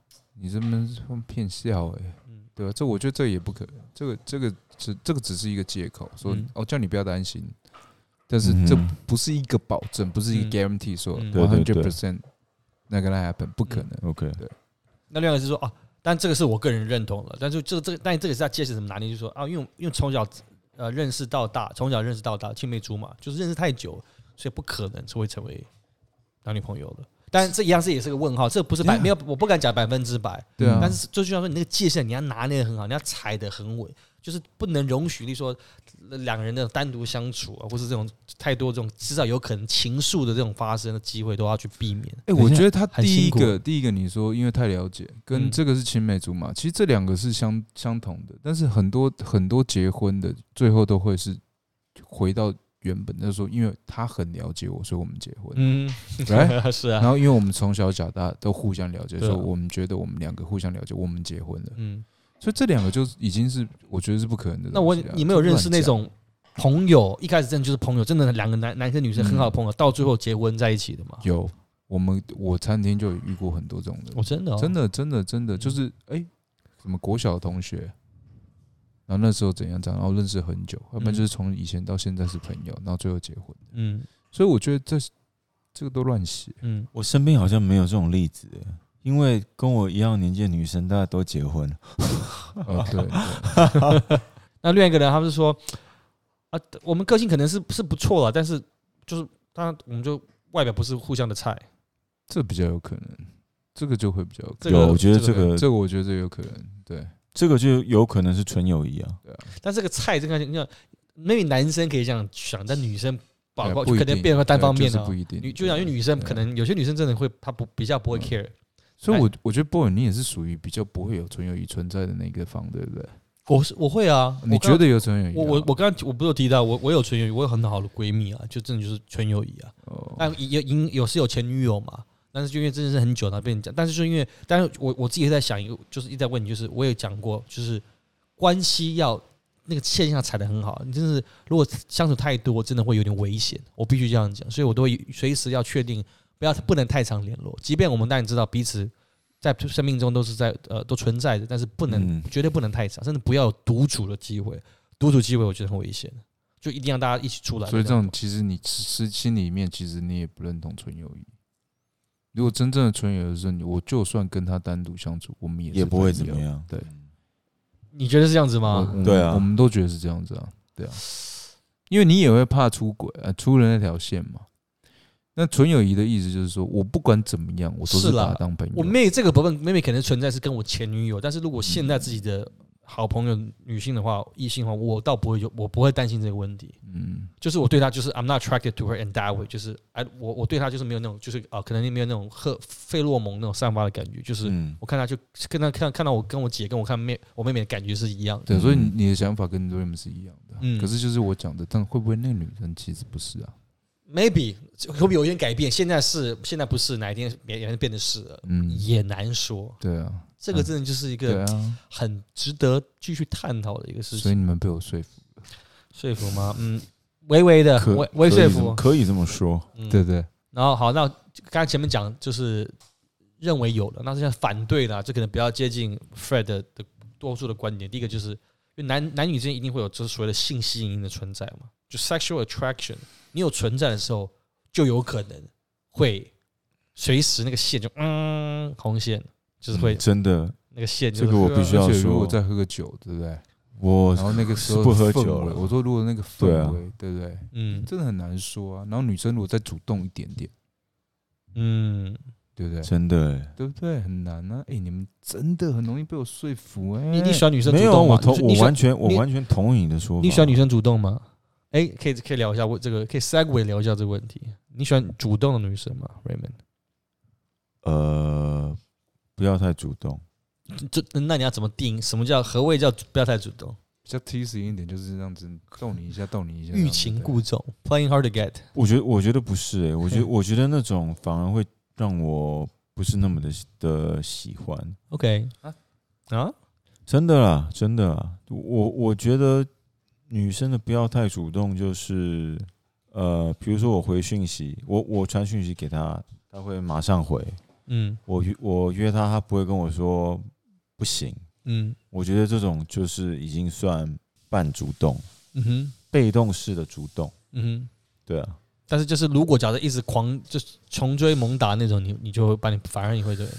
[SPEAKER 3] 你这么骗笑哎、
[SPEAKER 1] 嗯
[SPEAKER 3] 对吧、这我觉得这也不可能，这个这个只这个只是一个借口，说、
[SPEAKER 1] 嗯
[SPEAKER 3] 哦叫你不要担心，但是这
[SPEAKER 2] 嗯
[SPEAKER 3] 不是一个保证，不是一个
[SPEAKER 1] 嗯
[SPEAKER 3] guarantee，说
[SPEAKER 1] 嗯
[SPEAKER 3] one
[SPEAKER 2] 对
[SPEAKER 3] hundred
[SPEAKER 2] 对对
[SPEAKER 3] percent 那个 happen 不可能。
[SPEAKER 2] OK，
[SPEAKER 1] 那另外是说啊，但这个是我个人认同的，但是这个这个，但这个是在界限怎么拿捏，就是说啊，因为我因为从小呃认识到大，从小认识到大，青梅竹马，就是认识太久，所以不可能是会成为男女朋友的。但这一样是也是个问号，这不是百
[SPEAKER 3] Yeah
[SPEAKER 1] 没有，我不敢讲百分之百，
[SPEAKER 3] 对啊，
[SPEAKER 1] 但是就像说你那个界限你要拿捏的很好，你要踩得很稳，就是不能容许，例如说呃两个人的单独相处啊，或是这种太多这种至少有可能情愫的这种发生的机会都要去避免。
[SPEAKER 3] 哎、
[SPEAKER 2] 等
[SPEAKER 3] 我
[SPEAKER 2] 一下
[SPEAKER 3] 觉得他
[SPEAKER 1] 很
[SPEAKER 3] 第
[SPEAKER 1] 辛
[SPEAKER 3] 一
[SPEAKER 1] 苦
[SPEAKER 3] 个，第一个你说因为太了解，跟
[SPEAKER 1] 嗯
[SPEAKER 3] 这个是青梅竹马，其实这两个是相相同的，但是很多很多结婚的最后都会是回到原本，就是说因为他很了解我，所以我们结婚，
[SPEAKER 1] 嗯，<laughs>
[SPEAKER 3] 来、
[SPEAKER 1] 是啊
[SPEAKER 3] 然，后因为我们从小长大都互相了解，
[SPEAKER 1] 对啊
[SPEAKER 3] 所以我们觉得我们两个互相了解，我们结婚了，
[SPEAKER 1] 嗯，
[SPEAKER 3] 所以这两个就已经是我觉得是不可能的
[SPEAKER 1] 那
[SPEAKER 3] 东
[SPEAKER 1] 我
[SPEAKER 3] 西啊、
[SPEAKER 1] 你没有
[SPEAKER 3] 这不
[SPEAKER 1] 认识
[SPEAKER 3] 乱
[SPEAKER 1] 那
[SPEAKER 3] 讲
[SPEAKER 1] 种朋友，一开始真的就是朋友，真的两个男男生女生很好的
[SPEAKER 3] 嗯
[SPEAKER 1] 朋友，到最后结婚在一起的吗？
[SPEAKER 3] 有我们我餐厅就有遇过很多这种人
[SPEAKER 1] 我，真的哦
[SPEAKER 3] 真，的真的真的就
[SPEAKER 1] 嗯
[SPEAKER 3] 是哎、什么国小的同学，然后那时候怎样怎样，然后认识很久，要不然就是从以前到现在是朋友，然后最后结婚，
[SPEAKER 1] 嗯
[SPEAKER 3] 所以我觉得这是这个都乱写，
[SPEAKER 1] 嗯，
[SPEAKER 2] 我身边好像没有这种例子，因为跟我一样年纪的女生大家都结婚了。
[SPEAKER 3] 呃，
[SPEAKER 1] <laughs>
[SPEAKER 3] 对，对
[SPEAKER 1] 那另外一个人，他们是说啊，我们个性可能是是不错了，但是就是当然我们就外表不是互相的菜，
[SPEAKER 3] 这比较有可能，这个就会比较有可
[SPEAKER 1] 这
[SPEAKER 3] 能
[SPEAKER 1] 个
[SPEAKER 2] 有，我觉得
[SPEAKER 1] 这
[SPEAKER 2] 这
[SPEAKER 1] 个
[SPEAKER 2] 个
[SPEAKER 3] 这个我觉得这个有可能，对
[SPEAKER 2] 这个就有可能是纯友谊啊。
[SPEAKER 3] 对啊，
[SPEAKER 1] 但这个菜这个你看，那个男生可以这样想，但女生宝
[SPEAKER 3] 哎
[SPEAKER 1] 宝
[SPEAKER 3] 不一
[SPEAKER 1] 可能
[SPEAKER 3] 定
[SPEAKER 1] 变成单
[SPEAKER 3] 对
[SPEAKER 1] 方
[SPEAKER 3] 就
[SPEAKER 1] 面
[SPEAKER 3] 是
[SPEAKER 1] 的
[SPEAKER 3] 不。一定，
[SPEAKER 1] 女就讲，因为女生
[SPEAKER 3] 对啊
[SPEAKER 1] 可能有些女生真的会，她不比较不会
[SPEAKER 3] 嗯
[SPEAKER 1] care。
[SPEAKER 3] 所
[SPEAKER 1] 哎
[SPEAKER 3] 以我我觉得 boy 你也是属于比较不会有纯友谊存在的那个方，对不对？
[SPEAKER 1] 我是我会啊，
[SPEAKER 3] 你
[SPEAKER 1] 我
[SPEAKER 3] 觉
[SPEAKER 1] 刚
[SPEAKER 3] 得有纯友谊啊？
[SPEAKER 1] 我我我刚刚我不是有提到，我我有纯友谊，我有很好的闺蜜啊，就真的就是纯友谊啊。
[SPEAKER 3] 哦
[SPEAKER 1] 但也也有是有前女友嘛，但是就因为真的是很久了，被你讲。但是就因为，但是我我自己在想一个，就是一直在问你，就是我有讲过，就是关系要那个线下踩的很好，你真是如果相处太多，真的会有点危险。我必须这样讲，所以我都会随时要确定，不要不能太常联络。即便我们当然知道彼此在生命中都是在呃都存在的，但是不能、
[SPEAKER 2] 嗯
[SPEAKER 1] 绝对不能太长，甚至不要有独处的机会。独处机会我觉得很危险，就一定要大家一起出来。
[SPEAKER 3] 所以这种其实你其实心里面其实你也不认同纯友谊。如果真正的纯友谊是你，我就算跟他单独相处，我们也
[SPEAKER 2] 也
[SPEAKER 3] 是
[SPEAKER 2] 不会
[SPEAKER 3] 朋
[SPEAKER 2] 怎
[SPEAKER 3] 友
[SPEAKER 2] 么。样。
[SPEAKER 3] 对
[SPEAKER 1] 你觉得是这样子吗？
[SPEAKER 3] 我我
[SPEAKER 2] 对啊
[SPEAKER 3] 我们都觉得是这样子啊，对啊，因为你也会怕出轨，呃，出了那条线嘛。那纯友谊的意思就是说，我不管怎么样，我都
[SPEAKER 1] 是啦
[SPEAKER 3] 把他当朋友。
[SPEAKER 1] 我妹这个部分，妹妹可能存在是跟我前女友，但是如果现在自己的好朋友女性的话，异性的话，我倒不会有，我不会担心这个问题。
[SPEAKER 3] 嗯，
[SPEAKER 1] 就是我对她就是 I'm not attracted to her in that way，就是哎，我我对她就是没有那种就是啊，可能没有那种荷费洛蒙那种散发的感觉，就是
[SPEAKER 2] 嗯，
[SPEAKER 1] 我看她就跟她看看到我跟我姐跟我看妹我妹妹的感觉是一样的。
[SPEAKER 3] 对，所以你
[SPEAKER 2] 嗯
[SPEAKER 3] 你的想法跟 Dream 是一样的。啊
[SPEAKER 1] 嗯
[SPEAKER 3] 可是就是我讲的，但会不会那个女生其实不是啊？
[SPEAKER 1] Maybe 会不会有点改变？现在是，现在不是，哪一天别人变得是了，
[SPEAKER 3] 嗯，
[SPEAKER 1] 也难说。
[SPEAKER 3] 对啊，
[SPEAKER 1] 这个真的就是一
[SPEAKER 2] 嗯
[SPEAKER 3] 对
[SPEAKER 1] 个
[SPEAKER 3] 啊，
[SPEAKER 1] 很值得继续探讨的一个事情
[SPEAKER 3] 所以。你们被我说服，
[SPEAKER 1] 说服吗？嗯，微微的
[SPEAKER 2] 可
[SPEAKER 1] 微微
[SPEAKER 2] 可
[SPEAKER 1] 说
[SPEAKER 2] 以这么
[SPEAKER 1] 服。
[SPEAKER 2] 可以这么说。
[SPEAKER 1] 嗯
[SPEAKER 3] 对。不对？
[SPEAKER 1] 然后好，那刚才前面讲就是认为有了，那现在反对的啊，这可能比较接近 Fred 的的多数的观点。第一个就是，因为男男女之间一定会有就是所谓的性吸引的存在嘛，就 sexual attraction，你有存在的时候，就有可能会随时那个线就嗯红线，就是会、
[SPEAKER 2] 嗯真的，
[SPEAKER 1] 那个线就
[SPEAKER 2] 这
[SPEAKER 1] 是
[SPEAKER 2] 个我必须要
[SPEAKER 3] 啊而且如果
[SPEAKER 2] 说，
[SPEAKER 3] 再喝个酒，对不对？
[SPEAKER 1] 哦
[SPEAKER 2] 我
[SPEAKER 3] 然后那个时候
[SPEAKER 2] 是不喝
[SPEAKER 3] 氛
[SPEAKER 2] 酒
[SPEAKER 3] 围
[SPEAKER 2] 了
[SPEAKER 3] 我说如果那个氛
[SPEAKER 2] 对啊
[SPEAKER 3] 围，对不对？
[SPEAKER 1] 嗯
[SPEAKER 3] 真的很难说啊。然后女生如果再主动一点点，
[SPEAKER 1] 嗯，
[SPEAKER 3] 对不对？
[SPEAKER 2] 真的欸
[SPEAKER 3] 对不对？很难啊！哎、你们真的很容易被我说服哎、
[SPEAKER 1] 你你喜欢女生主
[SPEAKER 2] 没有，
[SPEAKER 1] 动
[SPEAKER 2] 我
[SPEAKER 1] 吗？
[SPEAKER 2] 同
[SPEAKER 1] 你
[SPEAKER 2] 我
[SPEAKER 1] 喜欢
[SPEAKER 2] 完全我
[SPEAKER 1] 你
[SPEAKER 2] 完全同意你的说法。
[SPEAKER 1] 你喜欢女生主动吗？哎，可以可以聊一下我这个，可以 segue 聊一下这个问题。你喜欢主动的女生吗，Raymond？
[SPEAKER 2] 呃，不要太主动，
[SPEAKER 1] 这这那你要怎么定？什么叫何谓叫不要太主动？
[SPEAKER 3] 比较 T 型一点，就是这样子逗你一下，逗你一下，
[SPEAKER 1] 欲擒故纵，playing hard to get。
[SPEAKER 2] 我觉得我觉得不是诶、我觉得我觉得那种反而会让我不是那么的的喜欢，
[SPEAKER 1] OK
[SPEAKER 3] 啊
[SPEAKER 1] 啊，
[SPEAKER 2] 真的啦，真的啦，我我觉得女生的不要太主动，就是呃，比如说我回讯息，我我传讯息给她，她会马上回，
[SPEAKER 1] 嗯
[SPEAKER 2] 我约我约她，她不会跟我说不行，
[SPEAKER 1] 嗯
[SPEAKER 2] 我觉得这种就是已经算半主动，
[SPEAKER 1] 嗯哼
[SPEAKER 2] 被动式的主动，
[SPEAKER 1] 嗯哼。
[SPEAKER 2] 对啊，
[SPEAKER 1] 但是就是如果假设一直狂就是穷追猛打那种，你你就会把你反而你会这样，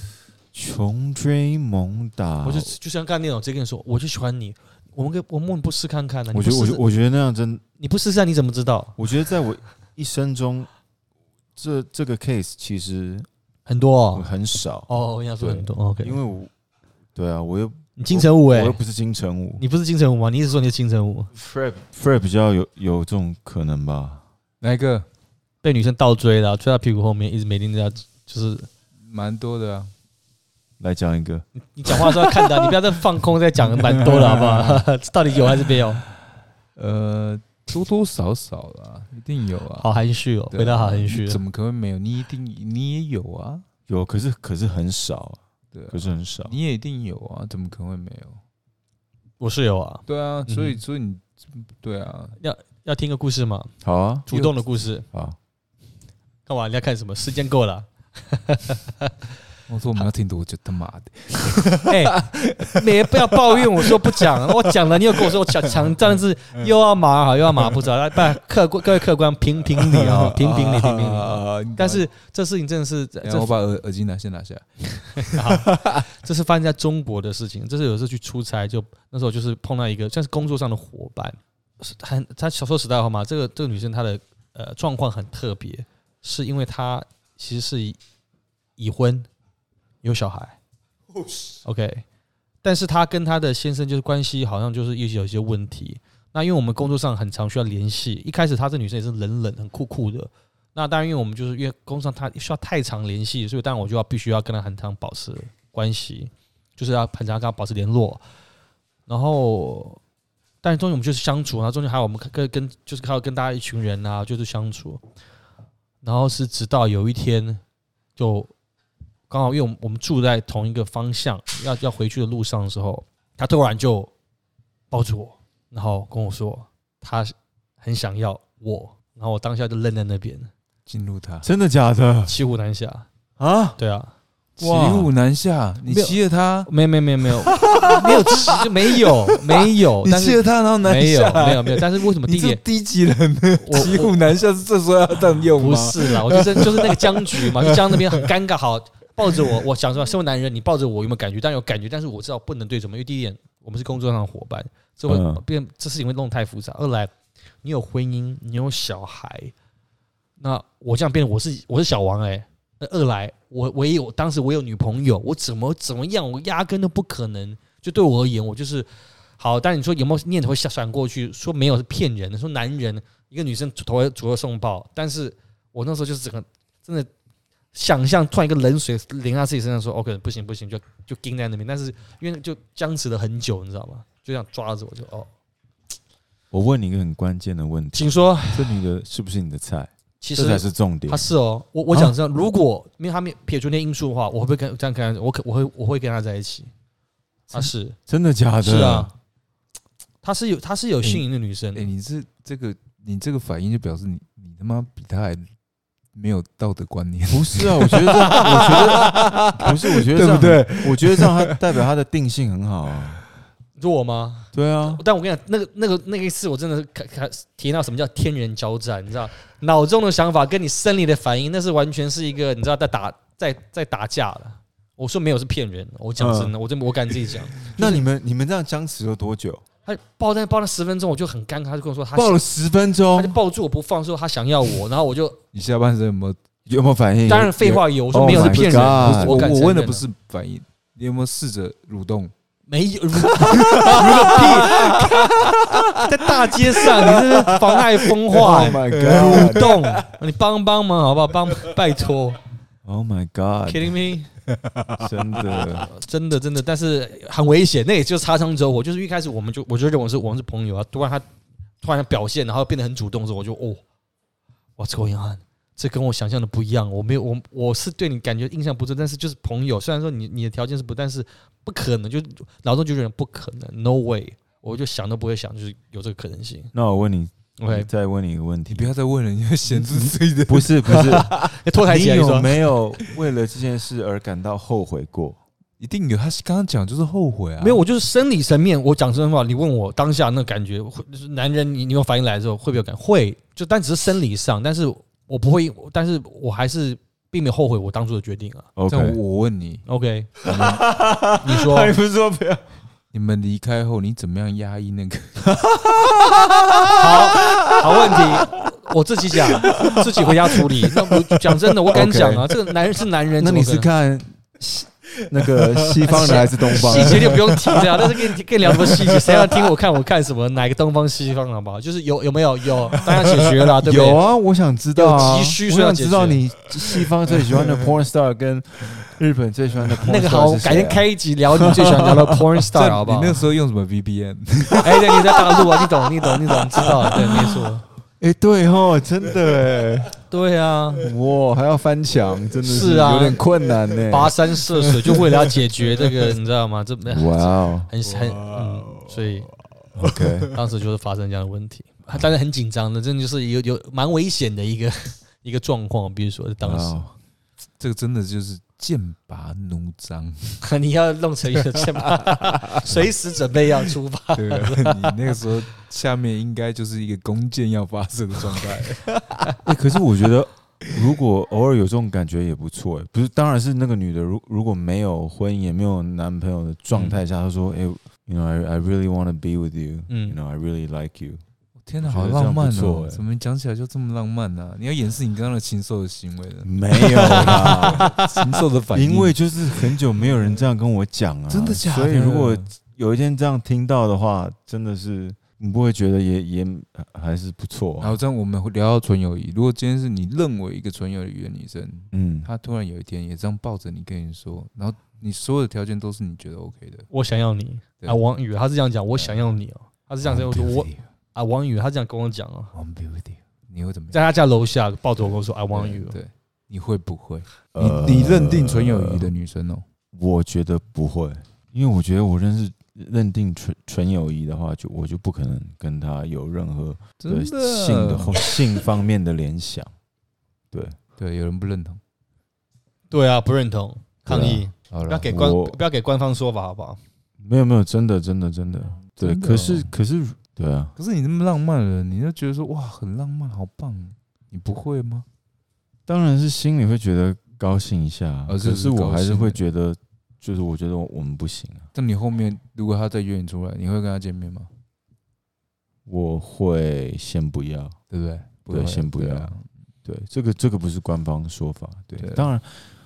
[SPEAKER 2] 穷追猛打，
[SPEAKER 1] 我就就像干那种直接跟你说，我就喜欢你，我们可以我们不试看看啊呢、你
[SPEAKER 2] 我
[SPEAKER 1] 不
[SPEAKER 2] 觉得我
[SPEAKER 1] 试
[SPEAKER 2] 觉得我觉得那样真，
[SPEAKER 1] 你不试试看你怎么知道？
[SPEAKER 2] 我觉得在我一生中，这这个 case 其实
[SPEAKER 1] 很多
[SPEAKER 2] 我
[SPEAKER 1] 哦，
[SPEAKER 2] 很少，
[SPEAKER 1] 哦我跟你说很多。OK，
[SPEAKER 2] 因为我对啊，我又
[SPEAKER 1] 你金城武
[SPEAKER 2] 我
[SPEAKER 3] 欸
[SPEAKER 1] 哎、
[SPEAKER 2] 又不是金城武
[SPEAKER 1] 你不是金城武吗？你一直说你是金城武，
[SPEAKER 2] ，Fred Fred 比较有有这种可能吧。
[SPEAKER 3] 哪一个？
[SPEAKER 1] 被女生倒追了，追到屁股后面，一直每天都要就是
[SPEAKER 3] 蛮多的啊。
[SPEAKER 2] 来讲一个，
[SPEAKER 1] 你讲话的时候要看
[SPEAKER 3] <laughs>
[SPEAKER 1] 到，你不要再放空再讲蛮多了好不好？ <laughs> 到底有还是没有？
[SPEAKER 3] 呃，多多少少啦，一定有啊。
[SPEAKER 1] 好含蓄哦，
[SPEAKER 3] 对啊，
[SPEAKER 1] 回答好含蓄
[SPEAKER 3] 你
[SPEAKER 1] 哦。
[SPEAKER 3] 怎么可能没有？你一定你也有啊，
[SPEAKER 2] 有可是可是很少啊，
[SPEAKER 3] 对啊
[SPEAKER 2] 可，是很少。
[SPEAKER 3] 你也一定有啊，怎么可能会没有？
[SPEAKER 1] 我是有啊，
[SPEAKER 3] 对啊，所以
[SPEAKER 1] 嗯
[SPEAKER 3] 所以你对啊，
[SPEAKER 1] 要听个故事嘛，
[SPEAKER 2] 好啊，
[SPEAKER 1] 主动的故事。
[SPEAKER 2] 好，啊
[SPEAKER 1] 干嘛？你要看什么？时间够
[SPEAKER 3] <laughs>
[SPEAKER 1] 了。
[SPEAKER 3] 我说我们要听多久？他妈的，
[SPEAKER 1] 哎、没不要抱怨，我说不
[SPEAKER 3] <laughs>
[SPEAKER 1] 讲，我讲了，你又跟我说我讲讲，这样子
[SPEAKER 3] 嗯
[SPEAKER 1] 又要骂好，又要骂不着。
[SPEAKER 3] <laughs>
[SPEAKER 1] 来，不然客观各位客官评评理啊，评评理，评评理。
[SPEAKER 3] 啊！你
[SPEAKER 1] 但是这事情真的是，这
[SPEAKER 3] 等一下，我把耳耳机拿先拿下来。
[SPEAKER 1] 好这是发生在中国的事情。这是有一次去出差，就那时候就是碰到一个算是工作上的伙伴，是很她小说时代好吗？这个这个女生她的呃状况很特别，是因为她其实是已已婚，有小孩。OK，但是她跟她的先生就是关系好像就是一些有一些问题。那因为我们工作上很常需要联系，一开始她这女生也是冷冷很酷酷的。那当然，因为我们就是因为工作上她需要太常联系，所以当然我就要必须要跟她很常保持关系，就是要很常跟她保持联络。然后，但是中间我们就是相处，然后中间还有我们跟跟就是靠跟大家一群人啊，就是相处。然后是直到有一天，就刚好因为我们我们住在同一个方向，要要回去的路上的时候，她突然就抱住我，然后跟我说她很想要我，然后我当下就愣在那边。
[SPEAKER 3] 进入他，
[SPEAKER 2] 真的假的
[SPEAKER 1] 骑虎难下。
[SPEAKER 2] 啊？
[SPEAKER 1] 对啊，
[SPEAKER 3] 骑
[SPEAKER 2] 哇
[SPEAKER 3] 虎难下，你
[SPEAKER 1] 没有
[SPEAKER 3] 骑了他，
[SPEAKER 1] 没有没有没有没有没有骑就没
[SPEAKER 3] <laughs>
[SPEAKER 1] 有没有，
[SPEAKER 3] 你
[SPEAKER 1] 但
[SPEAKER 3] 骑
[SPEAKER 1] 是
[SPEAKER 3] 了他，然后南
[SPEAKER 1] 没有
[SPEAKER 3] 下，
[SPEAKER 1] 没有没有，但是为什么
[SPEAKER 3] 你
[SPEAKER 1] 第一
[SPEAKER 3] 这
[SPEAKER 1] 点
[SPEAKER 3] 低级人呢？
[SPEAKER 1] 我
[SPEAKER 3] 骑
[SPEAKER 1] 我
[SPEAKER 3] 虎难下是这时候要这样用
[SPEAKER 1] 不
[SPEAKER 3] 吗？
[SPEAKER 1] 是啦，我就是 <laughs> 就是那个僵局嘛，就僵那边很尴尬，好抱着我，我想说，身为男人，你抱着我有没有感觉？当然有感觉，但是我知道不能对什么，因为第一点，我们是工作上的伙伴，这会
[SPEAKER 2] 嗯
[SPEAKER 1] 变这事情会弄得太复杂。二来，你有婚姻，你有小孩，那我这样变，我是我是小王哎、那二来，我我也有当时我有女朋友，我怎么怎么样，我压根都不可能。就对我而言，我就是好。但你说有没有念头会闪闪过去？说没有是骗人的。说男人一个女生主头左右送抱，但是我那时候就是整个真的想象突然一个冷水淋到自己身上说，哦，可能不行不行，就就盯在那边。但是因为就僵持了很久，你知道吗？就这样抓着我就哦，
[SPEAKER 2] 我问你一个很关键的问
[SPEAKER 1] <laughs>
[SPEAKER 2] 题，
[SPEAKER 1] 请说。
[SPEAKER 2] 这女的是不是你的菜？
[SPEAKER 1] 其
[SPEAKER 2] 这才
[SPEAKER 1] 实
[SPEAKER 2] 是啊重点
[SPEAKER 1] 他。是哦，我我讲真的，如果因为他们撇除那因素的话，我会不会跟这样跟他？我可我会我会跟他在一起。啊是
[SPEAKER 2] 真的假的？
[SPEAKER 1] 是啊，，她是有她是有性瘾的女生
[SPEAKER 3] 哎，，你这这个你这个反应就表示你你他妈比他还没有道德观念，
[SPEAKER 2] 不是啊，我觉得这，我觉得不是，我觉得这
[SPEAKER 3] 对
[SPEAKER 1] <laughs>
[SPEAKER 2] 样
[SPEAKER 3] 不对？
[SPEAKER 2] 我觉得这样它代表它的定性很好啊。
[SPEAKER 1] 你说我吗？
[SPEAKER 2] 对啊，
[SPEAKER 1] 但我跟你讲，那个那个那个一次，我真的是看看体验到什么叫天人交战，
[SPEAKER 2] <laughs>
[SPEAKER 1] 你知道，脑中的想法跟你生理的反应，那是完全是一个你知道在打在在打架了。
[SPEAKER 2] 嗯
[SPEAKER 1] 我说没有是骗人，我讲真的，我真我敢自己讲。
[SPEAKER 2] 那你们你们这样僵持了多久？
[SPEAKER 1] 他抱在抱了十分钟，我就很尴尬，他就跟我说他
[SPEAKER 2] 抱了十分
[SPEAKER 1] 他就
[SPEAKER 2] 钟，
[SPEAKER 1] 抱住我不放，说他想要我，然后我就
[SPEAKER 3] 你下半身有没有？
[SPEAKER 2] 有没有反应？
[SPEAKER 1] 当然废话有，我说没有
[SPEAKER 2] 嗯 Oh
[SPEAKER 1] 是
[SPEAKER 2] my
[SPEAKER 1] 骗人，不
[SPEAKER 2] God
[SPEAKER 1] 是
[SPEAKER 3] 我
[SPEAKER 1] 敢
[SPEAKER 3] 我
[SPEAKER 1] 承
[SPEAKER 3] 问的
[SPEAKER 1] 认
[SPEAKER 3] 不
[SPEAKER 1] 啊
[SPEAKER 3] 是反应，你有没有试着蠕动？
[SPEAKER 1] 没有， <laughs> 如如个屁！ <laughs> 在大街上，你这是妨碍风化、
[SPEAKER 2] <laughs> Oh
[SPEAKER 1] 欸，
[SPEAKER 2] my
[SPEAKER 1] 不
[SPEAKER 2] god!
[SPEAKER 1] 动，你帮帮忙好不好？帮，拜托
[SPEAKER 2] Oh my god!
[SPEAKER 1] ，kidding me！
[SPEAKER 2] 真的，
[SPEAKER 1] 真的真的，但是很危险，那也就擦枪走火。就是一开始我们就我就认为是我们是朋友啊，突然他突然表现，然后变得很主动的时候，我就哦，What's going on？这跟我想象的不一样，我没有我我是对你感觉印象不错，但是就是朋友，虽然说你你的条件是不，但是不可能，就脑中就有点不可能，no way，我就想都不会想，就是有这个可能性。嗯
[SPEAKER 2] 那我问你，
[SPEAKER 1] OK，
[SPEAKER 2] 再问你一个问
[SPEAKER 3] 你
[SPEAKER 2] 题，
[SPEAKER 3] 不要再问了，你要显自己的。
[SPEAKER 2] 不是不
[SPEAKER 1] <laughs>
[SPEAKER 2] 是，
[SPEAKER 1] 拖哎台
[SPEAKER 2] 你
[SPEAKER 1] 起来
[SPEAKER 2] 有
[SPEAKER 1] 说，
[SPEAKER 2] 没有为了这件事而感到后悔过？
[SPEAKER 3] 一定有，他是刚刚讲就是后悔啊，
[SPEAKER 1] 没有，我就是生理层面，我讲真话，你问我当下那感觉，会就是男人你你有反应来的时候会不会有感？会，就但只是生理上，但是我不会，但是我还是并没有后悔我当初的决定啊。
[SPEAKER 3] 这样我问你，
[SPEAKER 1] OK，你
[SPEAKER 2] <laughs>
[SPEAKER 1] 说
[SPEAKER 2] 还不是说不要？
[SPEAKER 3] 你们离开后你怎么样压抑那个？
[SPEAKER 1] 好好问题，我自己讲，自己回家处理。那我讲真的，我敢讲啊，这个男人是男人，
[SPEAKER 2] <laughs> 那你是
[SPEAKER 1] 看
[SPEAKER 2] 看西那个西方的还是东方
[SPEAKER 3] <laughs>
[SPEAKER 1] 细
[SPEAKER 2] 的？
[SPEAKER 1] 节就不用提
[SPEAKER 2] <laughs>
[SPEAKER 1] 了啊，但是跟你跟你聊什么细节，谁要听我看我看什么，哪个东方西方好不好？就是有有没有有，大家解决了啊，对不对？
[SPEAKER 2] 有啊，我想知道啊，
[SPEAKER 1] 有急需
[SPEAKER 2] 我
[SPEAKER 1] 是要
[SPEAKER 2] 想
[SPEAKER 1] 解决
[SPEAKER 2] 知道你西方最喜欢的 porn star 跟日本
[SPEAKER 3] <laughs>
[SPEAKER 2] 最喜欢的 porn star
[SPEAKER 1] 那个好，
[SPEAKER 2] 是谁啊
[SPEAKER 1] 改天开一集聊你最喜欢聊的 porn
[SPEAKER 3] <laughs> 这
[SPEAKER 1] star
[SPEAKER 3] 样
[SPEAKER 1] 好不好
[SPEAKER 3] 你？那时候用什么 VPN？
[SPEAKER 2] <laughs>
[SPEAKER 1] 哎，对，你在大陆啊，你懂，你懂，你懂，知道，对，没错，
[SPEAKER 2] 哎，对哦，真的
[SPEAKER 1] 对啊，
[SPEAKER 2] 哎，哇，还要翻墙，真的
[SPEAKER 1] 是啊
[SPEAKER 2] 有点困难呢。
[SPEAKER 1] 跋山涉水就为了要解决这个，你知道吗？这
[SPEAKER 2] 哇哦
[SPEAKER 1] 很很嗯，所以
[SPEAKER 2] ，OK，
[SPEAKER 1] 当时就是发生这样的问题，当然很紧张的，真的就是有有蛮危险的一个一个状况，比如说当
[SPEAKER 2] 哇哦
[SPEAKER 3] 这个真的就是剑拔弩张，
[SPEAKER 1] 时 <laughs> 你要弄成一个什么，随时准备要出发。
[SPEAKER 3] <laughs> 对啊，你那个时候下面应该就是一个弓箭要发射的状态。
[SPEAKER 2] 哎，可是我觉得。如果偶尔有这种感觉也不错，哎不是？当然是那个女的，如如果没有婚姻也没有男朋友的状态下，她说：“哎、y o u know, I I really want to be with you.
[SPEAKER 1] 嗯
[SPEAKER 2] You know, I really like you.
[SPEAKER 3] <laughs> 天哪，
[SPEAKER 2] 我觉
[SPEAKER 3] 好
[SPEAKER 2] 得
[SPEAKER 3] 浪漫
[SPEAKER 2] 这样不
[SPEAKER 3] 哦
[SPEAKER 2] 错！哎
[SPEAKER 3] 怎么讲起来就这么浪漫呢？你要掩饰你刚刚的禽兽的行为” <laughs> 了，
[SPEAKER 2] 没有啦，
[SPEAKER 3] 禽兽的反应。
[SPEAKER 2] 因为就是很久没有人这样跟我讲啊，
[SPEAKER 3] <laughs> 真的假的？
[SPEAKER 2] 所以如果有一天这样听到的话，真的是你不会觉得也也还是不错、
[SPEAKER 3] 然后这样我们会聊到纯友谊，如果今天是你认为一个纯友谊的女生，
[SPEAKER 2] 嗯，
[SPEAKER 3] 她突然有一天也这样抱着你跟你说，然后你所有的条件都是你觉得 OK 的，
[SPEAKER 1] 我想要你
[SPEAKER 3] 对
[SPEAKER 1] 啊，王宇，他是这样讲，我想要你哦，他是这样讲，我说
[SPEAKER 3] I'm
[SPEAKER 1] 我
[SPEAKER 3] with you,
[SPEAKER 1] 啊，王宇，他这样跟我讲哦。
[SPEAKER 3] I'm with you，你会怎么样？
[SPEAKER 1] 在他家楼下抱着我跟我说 “I want you”，
[SPEAKER 3] 对，你会不会？你你认定纯友谊的女生哦？
[SPEAKER 2] 我觉得不会，因为我觉得我认识认定纯纯友谊的话，就我就不可能跟他有任何
[SPEAKER 3] 真的
[SPEAKER 2] 性的 <laughs> 或性方面的联想。对，
[SPEAKER 3] 对，有人不认同。
[SPEAKER 1] 对啊，不认同，抗
[SPEAKER 2] 对
[SPEAKER 1] 议，
[SPEAKER 3] 好
[SPEAKER 1] 不
[SPEAKER 3] 了
[SPEAKER 1] 要，给官
[SPEAKER 2] 我
[SPEAKER 1] 不要给官方说法好不好？
[SPEAKER 2] 没有没有，真的真的真的，对。
[SPEAKER 3] 真的哦
[SPEAKER 2] 可是可是对啊，
[SPEAKER 3] 可是你那么浪漫的人，你就觉得说哇，很浪漫，好棒，你不会吗？
[SPEAKER 2] 当然是心里会觉得高兴一下，啊
[SPEAKER 3] 呃是
[SPEAKER 2] 可是我还是
[SPEAKER 3] 高兴
[SPEAKER 2] 会
[SPEAKER 3] 的
[SPEAKER 2] 觉得，就是我觉得我们不行啊。
[SPEAKER 3] 但你后面如果他再约你出来，你会跟他见面吗？
[SPEAKER 2] 我会先不要，
[SPEAKER 3] 对不对？不
[SPEAKER 2] 对
[SPEAKER 3] 会
[SPEAKER 2] 先不
[SPEAKER 3] 对
[SPEAKER 2] 要
[SPEAKER 3] 啊
[SPEAKER 2] 对，这个这个不是官方说法，对，
[SPEAKER 3] 对啊
[SPEAKER 2] 当然，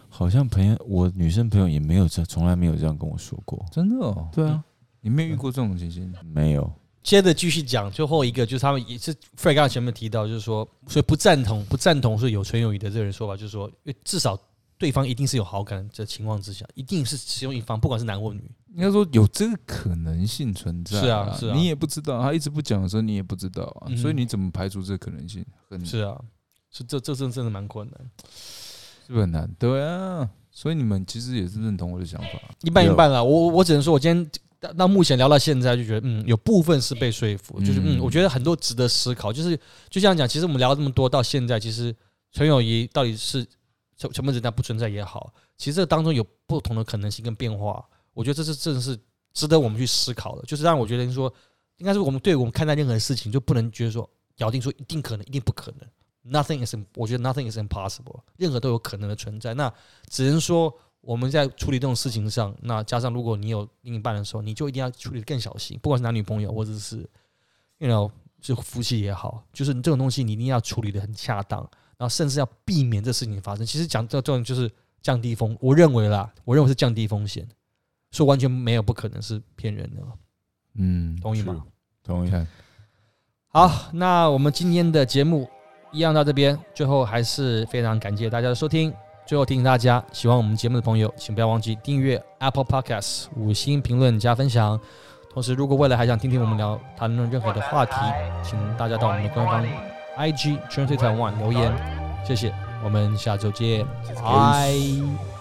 [SPEAKER 2] 好像朋友，我女生朋友也没有这，从来没有这样跟我说过，
[SPEAKER 3] 真的哦，
[SPEAKER 2] 对啊，
[SPEAKER 3] 你没有遇过这种情形？
[SPEAKER 2] 没有，
[SPEAKER 1] 接着继续讲，最后一个就是他们也是 Fred 刚才前面提到，就是说，所以不赞同不赞同是有纯友谊的这个人说法，就是说，因为至少对方一定是有好感的情况之下，一定是其中一方，不管是男或女，
[SPEAKER 3] 应该说有这个可能性存在，
[SPEAKER 1] 是啊是啊
[SPEAKER 3] 你也不知道，他一直不讲的时候，你也不知道啊，
[SPEAKER 1] 嗯
[SPEAKER 3] 所以你怎么排除这个可能性？很
[SPEAKER 1] 是啊，是这这真真的蛮困难，
[SPEAKER 3] 是不是很难？对啊，所以你们其实也是认同我的想法，
[SPEAKER 1] 一半一半啦。我我只能说，我今天。到到目前聊到现在，就觉得嗯，有部分是被说服，就是嗯，
[SPEAKER 3] 嗯
[SPEAKER 1] 我觉得很多值得思考。就是就像讲，其实我们聊了这么多，到现在，其实纯友谊到底是存存不存在不存在也好，其实这当中有不同的可能性跟变化。我觉得这是真的是值得我们去思考的，就是让我觉得说，应该是我们对我们看待任何事情，就不能觉得说咬定说一定可能，一定不可能。Nothing is，im- 我觉得 nothing is impossible，任何都有可能的存在。那只能说我们在处理这种事情上，那加上如果你有另一半的时候，你就一定要处理的更小心，不管是男女朋友或者是，you know，是夫妻也好，就是你这种东西你一定要处理的很恰当，然后甚至要避免这事情发生。其实讲到这种就是降低风，我认为啦，我认为是降低风险，所以完全没有不可能是骗人的，
[SPEAKER 3] 嗯，
[SPEAKER 1] 同意吗？
[SPEAKER 2] 同
[SPEAKER 3] 你
[SPEAKER 2] 意。
[SPEAKER 3] 看，
[SPEAKER 1] 好，那我们今天的节目一样到这边，最后还是非常感谢大家的收听。最后提醒大家，喜欢我们节目的朋友，请不要忘记订阅 Apple Podcast、五星评论加分享。同时，如果未来还想听听我们聊谈论任何的话题，请大家到我们的官方 IG Translate Taiwan 留言。谢谢，我们下周见，拜。